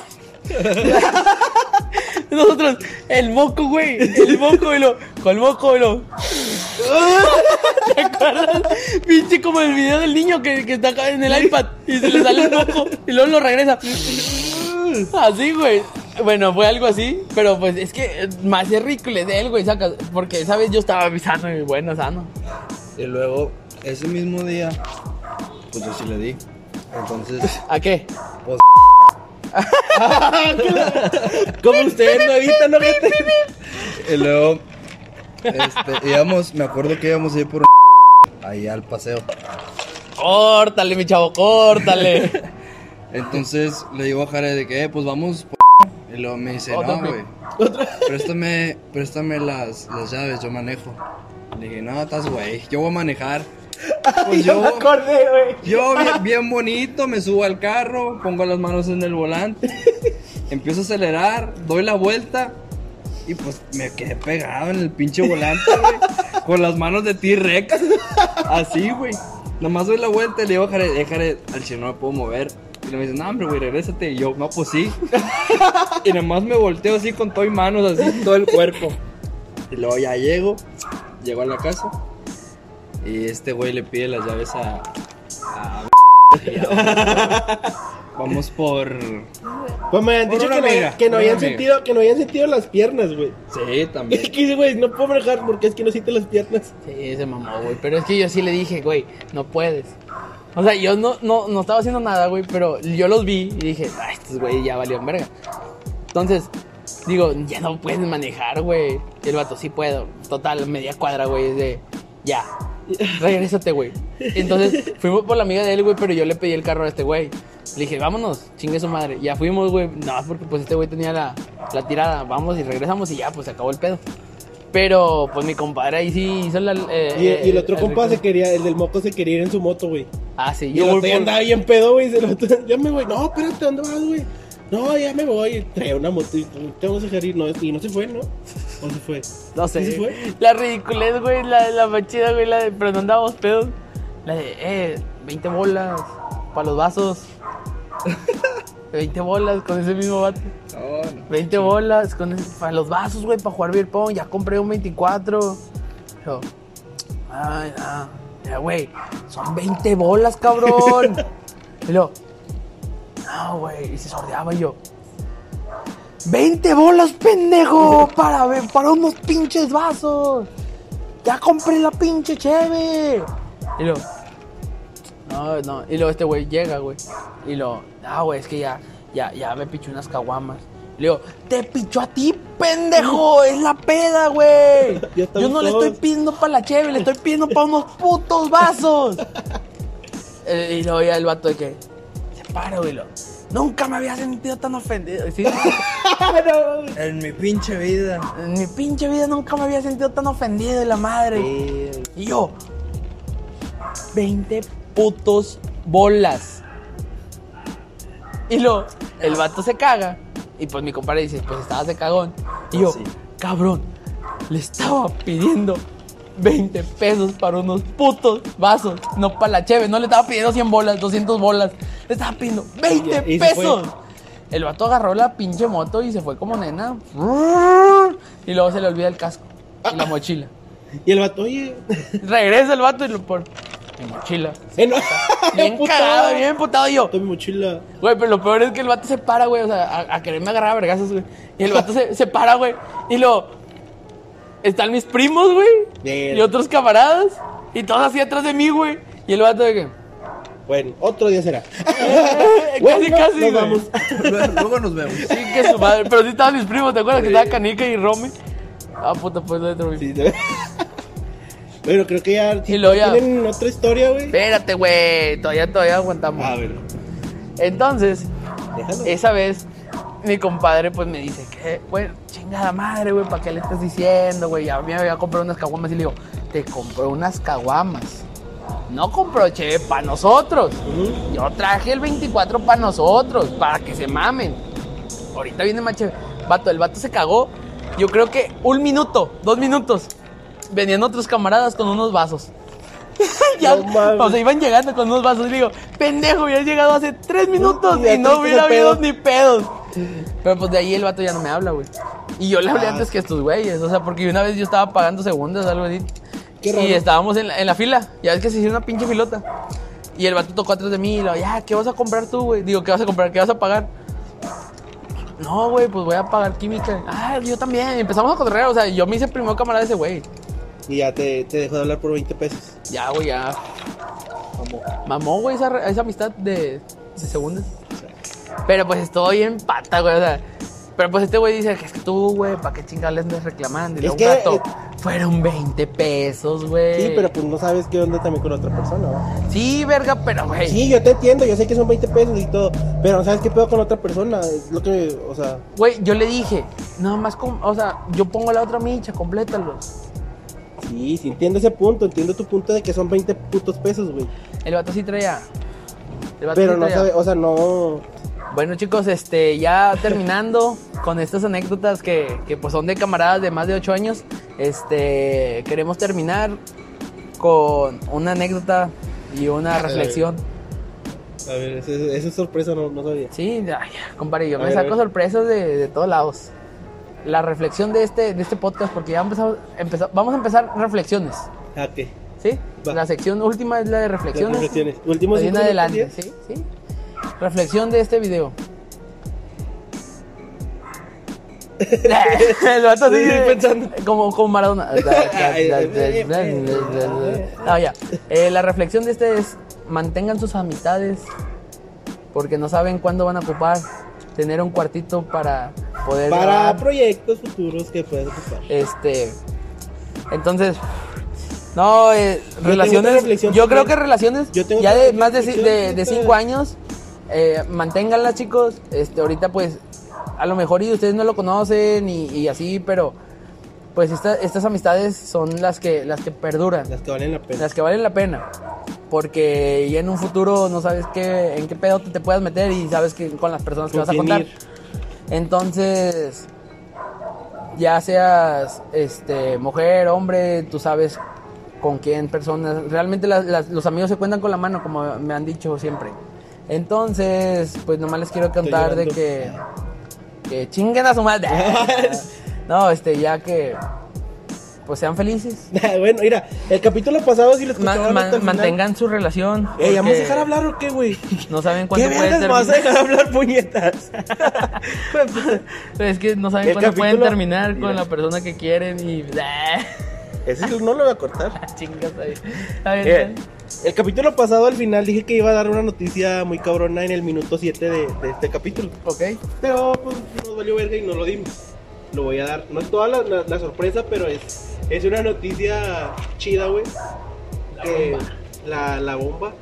S1: nosotros, el moco, güey. El moco, y lo. Con el moco, y lo. ¿Te acuerdas? Pinche como el video del niño que, que está acá en el iPad y se le sale el moco y luego lo regresa. Así, güey. Bueno, fue algo así, pero pues es que eh, más es ridículo de él, güey, sacas. Porque esa vez yo estaba avisando y bueno, sano.
S3: Y luego, ese mismo día, pues yo sí le di. Entonces,
S1: ¿A qué?
S3: pues,
S2: Como ustedes no evitan, no gente.
S3: y luego, este, íbamos, me acuerdo que íbamos a ir por ahí al paseo.
S1: Córtale, mi chavo, córtale.
S3: Entonces le digo a Jared de que, eh, pues vamos por Y luego me dice,
S1: Otra
S3: no,
S1: vez.
S3: güey. Préstame, préstame las, las llaves, yo manejo. Le dije, no, estás güey, yo voy a manejar. Pues
S2: Yo me
S3: yo,
S2: acordé, güey.
S3: yo bien, bien bonito, me subo al carro, pongo las manos en el volante, empiezo a acelerar, doy la vuelta y pues me quedé pegado en el pinche volante, güey, con las manos de T-Rex, así, güey. Nomás doy la vuelta y le digo a Jared, eh, Jared, al chino no me puedo mover. Y le me dice, no, hombre, güey, regrésate. Y yo, no, pues sí. y nomás me volteo así con todo y manos, así, todo el cuerpo. Y luego ya llego, llego a la casa. Y este güey le pide las llaves a, Vamos por.
S2: Pues me habían
S3: Por
S2: dicho
S3: una
S2: que no,
S3: amiga,
S2: que no
S3: por
S2: habían
S3: una amiga.
S2: sentido, que no habían sentido las piernas, güey.
S3: Sí,
S2: Es
S3: también.
S2: que dice, güey, no puedo manejar porque es que no siento las piernas.
S1: Sí, se mamó, güey. Pero es que yo sí le dije, güey, no puedes. O sea, yo no, no, no estaba haciendo nada, güey, pero yo los vi y dije, ah, estos güey ya valieron verga. Entonces, digo, ya no puedes manejar, güey. Y el vato, sí puedo. Total, media cuadra, güey, es de, ya, regrésate, güey. Entonces, fuimos por la amiga de él, güey, pero yo le pedí el carro a este güey. Le dije, vámonos, chingue su madre. Ya fuimos, güey, nada más porque pues este güey tenía la, la tirada. Vamos y regresamos y ya, pues se acabó el pedo. Pero, pues mi compadre ahí sí hizo la... eh,
S2: Y, y el otro compa se
S1: recorrido.
S2: quería, el del moco se quería ir en su moto, güey.
S1: Ah, sí,
S2: Y
S1: yo
S2: el
S1: voy
S2: otro ya
S1: por-
S2: andaba bien pedo, güey. se lo- Ya me voy. No, espérate, ¿dónde vas, güey? No, ya me voy. Trae una moto y te vamos a dejar ir. No, y no se fue, ¿no? No se fue.
S1: No sé.
S2: ¿Sí se fue?
S1: La ridiculez, güey, la, la más chida, güey, la de, pero no andábamos pedos. La de, eh, 20 bolas para los vasos. 20 bolas con ese mismo vato.
S3: No, no.
S1: 20 bolas con ese- para los vasos, güey, para jugar beer pong. Ya compré un 24. Yo, ay, ah, ya, güey, son 20 bolas, cabrón. y lo, no, güey, y se sordeaba y yo. 20 bolas, pendejo, para, ver- para unos pinches vasos. Ya compré la pinche cheve. Y lo, no, no. Y luego este güey llega, güey. Y lo, ah, güey, es que ya, ya, ya me pichó unas caguamas. Le digo, te pichó a ti, pendejo. Es la peda, güey.
S2: Ya
S1: Yo
S2: estamos
S1: no le
S2: todos.
S1: estoy pidiendo para la cheve, le estoy pidiendo para unos putos vasos. Eh, y luego ya el vato de que, se para, güey. lo, Nunca me había sentido tan ofendido. ¿Sí?
S3: En mi pinche vida.
S1: En mi pinche vida nunca me había sentido tan ofendido de la madre. Y yo, 20 putos bolas. Y luego, el vato se caga. Y pues mi compadre dice, pues estabas de cagón. Y yo,
S3: Sí.
S1: cabrón, le estaba pidiendo 20 pesos para unos putos vasos. No para la cheve, no le estaba pidiendo 100 bolas, 200 bolas. Le estaba pidiendo 20
S2: Y- y se fue.
S1: pesos. El vato agarró la pinche moto y se fue como nena. Y luego se le olvida el casco y la mochila.
S2: Y el vato, oye.
S1: Regresa el vato y lo por mi mochila.
S2: eh, no.
S1: Bien
S2: Putado.
S1: cagado, bien putado y yo.
S2: Toma mi mochila.
S1: Güey, pero lo peor es que el vato se para, güey, o sea, a, a quererme agarrar a vergazos, güey. Y el vato se, se para, güey. Y lo están mis primos, güey,
S2: Bien.
S1: y otros camaradas y todos así atrás de mí, güey. Y el vato de que
S2: Bueno, otro día será. Bueno,
S1: casi,
S2: nos
S1: güey.
S2: vamos.
S3: Luego nos vemos.
S1: Sí, que su madre. Pero sí estaban mis primos, ¿te acuerdas? Que estaba Canica y Rome. Ah, puta, pues lo de
S2: Sí, te- bueno, creo que ya,
S1: Y luego ya-
S2: tienen otra historia, güey.
S1: Espérate, güey. Todavía, todavía aguantamos.
S2: A ver,
S1: Entonces,
S2: déjalo.
S1: esa vez, mi compadre, pues me dice, que, güey, chingada madre, güey, ¿para qué le estás diciendo, güey? A mí me había comprado unas caguamas y le digo, te compró unas caguamas. No compró, che, para nosotros. Yo traje el 24 para nosotros, para que se mamen. Ahorita viene Mache. Vato, el vato se cagó. Yo creo que un minuto, dos minutos. Venían otros camaradas con unos vasos. ya,
S2: No mames.
S1: o sea, iban llegando con unos vasos. Y digo, pendejo, hubieras llegado hace tres minutos
S2: y ya
S1: y no
S2: tuviste
S1: hubiera
S2: ese pedo.
S1: habido ni pedos. Pero pues de ahí el vato ya no me habla, güey. Y yo le
S2: Ah,
S1: hablé antes que estos güeyes. O sea, porque una vez yo estaba pagando segundas, algo así.
S2: Qué raro.
S1: Y estábamos en la, en la fila. Ya ves que se hizo una pinche filota. Y el vato tocó atrás de mí y lo, ya, ¿qué vas a comprar tú, güey? Digo, ¿qué vas a comprar? ¿Qué vas a pagar? No, güey, pues voy a pagar química. Ah, yo también. Empezamos a cotorrear, o sea, yo me hice primero camarada de ese güey.
S2: Y ya te, te dejo de hablar por 20 pesos.
S1: Ya, güey, ya. Mamó, güey, esa, re- esa amistad de, de segundos. Pero pues estoy en pata, güey, o sea. Pero pues este güey dice que es que tú, güey, ¿para qué chingados le andas reclamando? Y
S2: Es
S1: luego un
S2: que,
S1: gato,
S2: eh,
S1: fueron 20 pesos, güey.
S2: Sí, pero pues no sabes qué onda también con otra persona, ¿va?
S1: Sí, verga, pero, güey.
S2: Sí, yo te entiendo, yo sé que son 20 pesos y todo, pero no sabes qué pedo con otra persona. Es lo que, o sea,
S1: Güey, yo le dije, nada más, con, o sea, yo pongo la otra micha, complétalos.
S2: sí, sí, entiendo ese punto, entiendo tu punto de que son 20 putos pesos, güey.
S1: El vato sí traía. El vato
S2: Pero
S1: sí
S2: no
S1: traía.
S2: sabes, o sea, no.
S1: Bueno, chicos, este, ya terminando con estas anécdotas que, que, pues son de camaradas de más de 8 años, este, queremos terminar con una anécdota y una reflexión.
S2: A ver, esa esa es sorpresa, no, no sabía.
S1: Sí, ay, compadre, yo
S2: A
S1: me
S2: ver, a
S1: saco
S2: ver.
S1: sorpresas de, de todos lados. La reflexión de este, de este podcast, porque ya empezamos, empeza- vamos a empezar reflexiones,
S2: Ah, ok.
S1: ¿sí?
S2: Va.
S1: La sección última es la de
S2: Las
S1: reflexiones.
S2: reflexiones. Últimos
S1: Pues De ahí en
S2: cinco minutos,
S1: adelante, sí, sí. Reflexión de este video. El vato así
S2: Sí,
S1: de-
S2: pensando.
S1: Como, como Maradona. Ah, ya. Eh, la reflexión de este es: mantengan sus amistades porque no saben cuándo van a ocupar tener un cuartito para poder.
S2: 10. Para
S1: grabar.
S2: proyectos futuros que puedas ocupar.
S1: Este. Entonces. No, eh,
S2: otra
S1: relaciones.
S2: reflexión
S1: Yo
S2: también.
S1: creo que relaciones.
S2: Yo tengo
S1: ya
S2: otra
S1: de más de, ci-
S2: reflexión,
S1: de, de
S2: neta.
S1: cinco años. Eh, manténganlas, chicos. Este, ahorita, pues. A lo mejor y ustedes no lo conocen y, y así, pero. Pues esta- estas amistades son las que, las que perduran.
S2: Las que valen la pena.
S1: Las que valen la pena. Porque ya en un futuro no sabes qué, en qué pedo te, te puedas meter y sabes que con las personas que
S2: Con
S1: vas a
S2: quién
S1: contar.
S2: ir.
S1: Entonces, ya seas este mujer, hombre, tú sabes con quién personas. Realmente las- las- los amigos se cuentan con la mano, como me han dicho siempre. Entonces, pues nomás les quiero contar de
S2: llorando.
S1: que, que chinguen a su madre. no, este, ya que pues sean felices.
S2: Ah, bueno, mira, el capítulo pasado sí lo
S1: Ma-
S2: escuchaban
S1: ma-
S2: hasta el final.
S1: mantengan su relación.
S2: Ey, ¿vamos a
S1: porque
S2: dejar hablar o qué, güey?
S1: No saben
S2: ¿Qué
S1: cuándo pueden
S2: vergas me vas a
S1: terminar.
S2: dejar hablar, puñetas?
S1: Es que no saben
S2: El
S1: cuándo pueden
S2: capítulo-
S1: terminar con
S2: Mira.
S1: la persona que quieren y. ah,
S2: Ese no lo voy a cortar.
S1: Chingas ahí. A ver,
S2: Eh, el capítulo pasado, al final, dije que iba a dar una noticia muy cabrona en el minuto 7 de, de este capítulo.
S1: ok.
S2: Pero, pues, nos valió verga y no lo dimos. Lo voy a dar. No es toda la, la- la sorpresa, pero es, es una noticia chida, güey. Que- La, la bomba.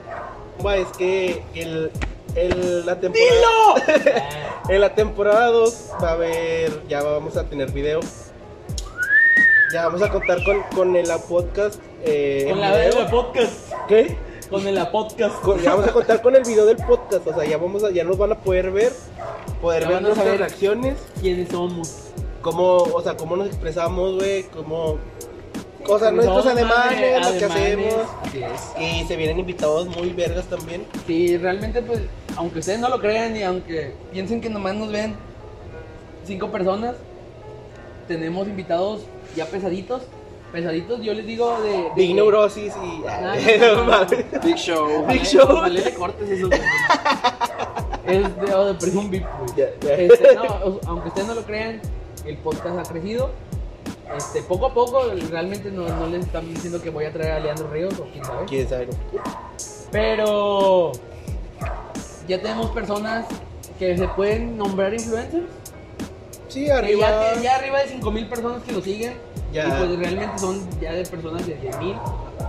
S2: Bomba es que el, el- la temporada... en la temporada 2 va a haber... Ya vamos a tener video. Ya vamos a contar con, con el la podcast. eh, en video.
S1: podcast.
S2: ¿Qué?
S1: Con el podcast.
S2: Con- ya vamos a contar con el video del podcast, o sea, ya vamos a, ya nos van a poder ver, poder
S1: Ya
S2: ver
S1: van a
S2: nuestras
S1: ver.
S2: reacciones,
S1: ¿Quiénes somos?
S2: cómo, o sea, cómo nos expresamos, güey, cómo cosas
S1: Somos
S2: nuestros alemanes,
S1: madre-
S2: lo que
S1: alemanes.
S2: hacemos.
S1: Así es.
S2: Y se vienen invitados muy vergas también.
S1: Sí, realmente, pues, aunque ustedes no lo crean y aunque piensen que nomás nos ven cinco personas, tenemos invitados ya pesaditos. Pesaditos, yo les digo de. de
S2: Big
S1: que-
S2: Neurosis y
S1: Ah,
S2: No mames.
S4: Big Show.
S2: Big
S1: Ojalá-
S2: Show.
S1: ojalá le cortes eso. güey. es de, o de pero es un beep, güey.
S2: Ya, ya.
S1: Este, no, o- aunque ustedes no lo crean, el podcast ha crecido. Este, poco a poco, realmente no, no les están diciendo que voy a traer a Leandro Ríos o quién sabe.
S2: quién sabe.
S1: Pero ya tenemos personas que se pueden nombrar influencers.
S8: Sí,
S1: Que ya,
S8: arriba.
S1: te- ya arriba de 5000 personas que lo siguen.
S8: Ya.
S1: Y pues realmente son ya de personas de 10.000,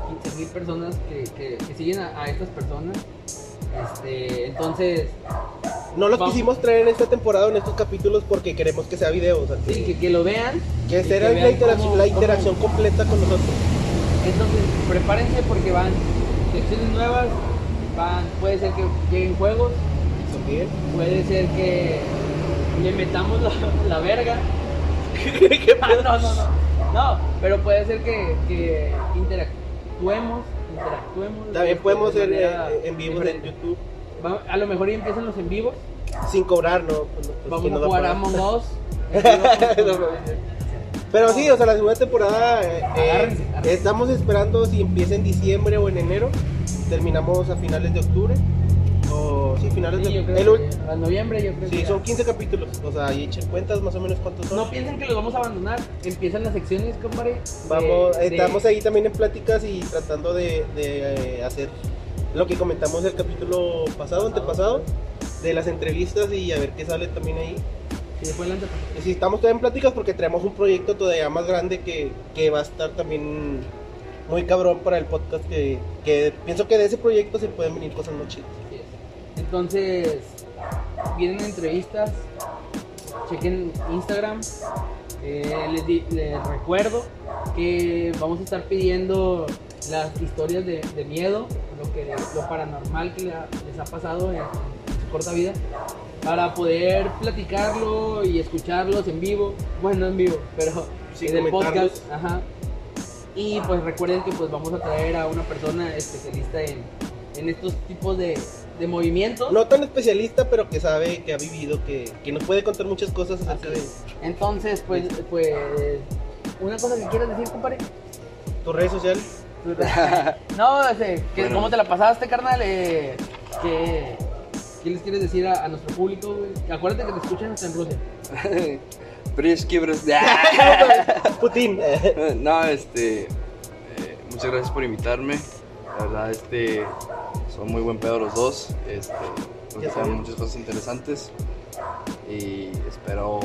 S1: 15.000 personas que, que- que siguen a, a estas personas. Este, entonces,
S2: No los
S1: Vamos.
S2: quisimos traer en esta temporada, en estos capítulos, porque queremos que sea video. O sea,
S1: sí, que, que lo vean.
S2: que
S1: y
S2: sea la,
S1: vean
S2: interac-
S1: cómo-
S2: la
S1: cómo-
S2: interacción completa con nosotros.
S1: Entonces, prepárense porque van secciones nuevas, van, puede ser que lleguen juegos,
S2: También.
S1: puede ser que le metamos la, la verga. Ah, no, no, no. No, pero puede ser que, que interactuemos, interactuemos.
S2: También
S1: este,
S2: podemos
S1: de
S2: hacer
S1: manera
S2: eh, en vivo en
S1: diferente.
S2: YouTube.
S1: Va- A lo mejor ya empiezan los en vivos.
S2: Sin cobrar, ¿no? Pues, pues,
S1: Vamos
S2: ¿quién nos
S1: a
S2: va
S1: jugar
S2: pagar?
S1: Among Us.
S2: Pero sí, o sea, la segunda temporada eh, eh,
S1: Agárrense, agárrense.
S2: estamos esperando si empieza en diciembre o en enero. Terminamos a finales de octubre. O sí, finales
S1: Sí,
S2: de
S1: yo
S2: octubre.
S1: creo que a noviembre yo creo que
S2: Sí,
S1: ya.
S2: son 15 capítulos. O sea, y echen cuentas más o menos cuántos son.
S1: No piensen que los vamos a abandonar. Empiezan las secciones, compadre. de-
S2: Vamos,
S1: de-
S2: eh, estamos ahí también en pláticas y tratando de, de, eh, hacer lo que comentamos el capítulo pasado, antepasado, de las entrevistas y a ver qué sale también ahí.
S1: y después la antep-
S2: Y si estamos todavía en pláticas porque tenemos un proyecto todavía más grande que, que va a estar también muy cabrón para el podcast que, que pienso que de ese proyecto se pueden venir cosas muy chidas.
S1: Así es. Entonces, vienen entrevistas, chequen Instagram. Eh, les, di- les recuerdo que vamos a estar pidiendo las historias de, de miedo, lo, que, lo paranormal que la- les ha pasado en, en su corta vida, para poder platicarlo y escucharlos en vivo. Bueno, no en vivo, pero
S2: Sí,
S1: en el
S2: comentarlos.
S1: podcast. Ajá. Y pues recuerden que pues vamos a traer a una persona especialista en, en estos tipos de, de movimientos.
S2: No tan especialista, pero que sabe, que ha vivido, que, que nos puede contar muchas cosas acerca de
S1: Entonces, pues, pues, una cosa que quieras decir, compadre.
S2: tus redes sociales.
S1: No, este, que- ¿cómo te la pasaste, carnal? Eh, ¿qué, qué les quieres decir a, a nuestro público, güey? Acuérdate que te escuchan hasta en Rusia.
S3: Brishki, bros-
S2: Putin.
S3: No, este. eh, muchas gracias por invitarme. La verdad, este. Son muy buen pedo los dos. Este. Creo que
S2: Ya
S3: tenemos
S2: saben.
S3: muchas cosas interesantes. Y espero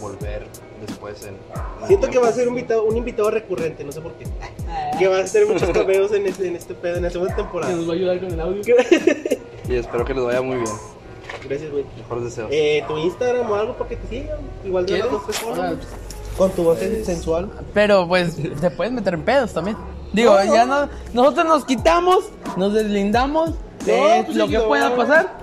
S3: volver después en. en
S2: Siento que
S3: tiempo.
S2: va a ser un invitado, un invitado recurrente, no sé por qué. Que va a hacer muchos cameos en este, en este pedo, en la segunda
S1: Que
S2: temporada.
S1: nos va a ayudar con el audio.
S3: Y espero que les vaya muy bien.
S2: Gracias, güey.
S3: Mejores deseos.
S2: Eh, tu Instagram o algo para que te sigan. Igual de
S1: ¿Quieres?
S2: las dos personas. Con tu voz sensual.
S9: Pero pues te puedes meter en pedos también. Digo, ya no, nosotros nos quitamos, nos deslindamos de
S2: No, pues,
S9: lo que
S2: no.
S9: pueda pasar.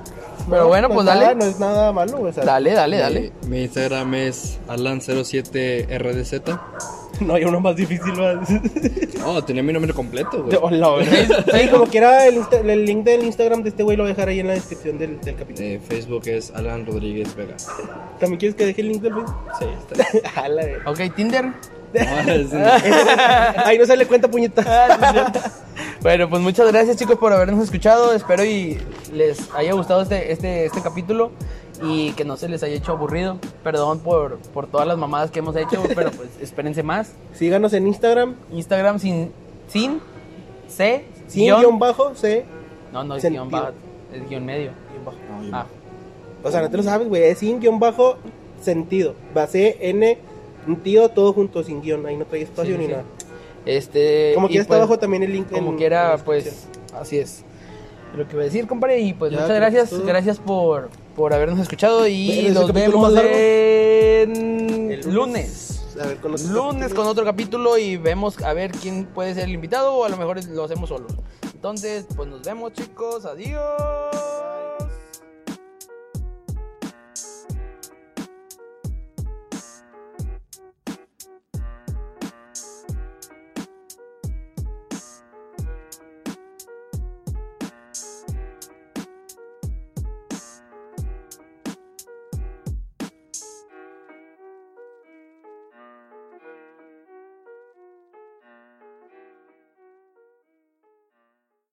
S9: Pero bueno, pues
S2: nada,
S9: dale.
S2: No es nada malo, güey. o sea,
S9: Dale, dale, dale.
S3: Mi Instagram es alan07rdz.
S2: No hay uno más difícil, más.
S3: No, tenía mi nombre completo,
S9: Pues,
S3: güey.
S2: Yo, la verdad. Sí, como quiera, el, insta- el link del Instagram de este güey lo voy a dejar ahí en la descripción del, del capítulo.
S3: Eh, Facebook es Alan Rodríguez Vega.
S2: ¿También quieres que deje el link del Facebook?
S3: Sí, está bien.
S2: Jala, güey.
S9: Ok, Tinder.
S3: No, es- no.
S2: Ahí no sale cuenta,
S9: Ah,
S2: puñeta.
S9: Bueno, pues muchas gracias chicos por habernos escuchado. Espero y les haya gustado este, este, este capítulo y que no se les haya hecho aburrido. Perdón por, por todas las mamadas que hemos hecho, pero pues espérense más.
S2: Síganos en Instagram.
S9: Instagram sin, sin, C,
S2: Sin
S9: guión-
S2: guión bajo, C.
S9: No, no es
S2: Sentido.
S9: guión bajo, es guión medio. Ah,
S2: O sea, no te lo sabes, güey. Es sin guión bajo sentido. Va C, N, sentido, todo junto, sin guión. Ahí no trae espacio
S9: Sí,
S2: ni
S9: sí.
S2: nada.
S9: este.
S2: Como
S9: y
S2: quiera, está
S9: pues,
S2: abajo también el link.
S9: Como
S2: en- en
S9: quiera,
S2: la descripción.
S9: pues así es. Lo que voy a decir, compadre. Y pues
S2: Ya,
S9: muchas
S2: creo que
S9: gracias,
S2: es todo.
S9: gracias por, por habernos escuchado.
S2: Bueno,
S9: Y
S2: es el
S9: nos
S2: capítulo
S9: vemos
S2: más largo.
S9: en.
S2: El
S9: lunes.
S2: A ver, con otro
S9: Lunes con otro capítulo y vemos a ver quién puede ser el invitado o a lo mejor lo hacemos solo. Entonces, pues nos vemos, chicos. Adiós.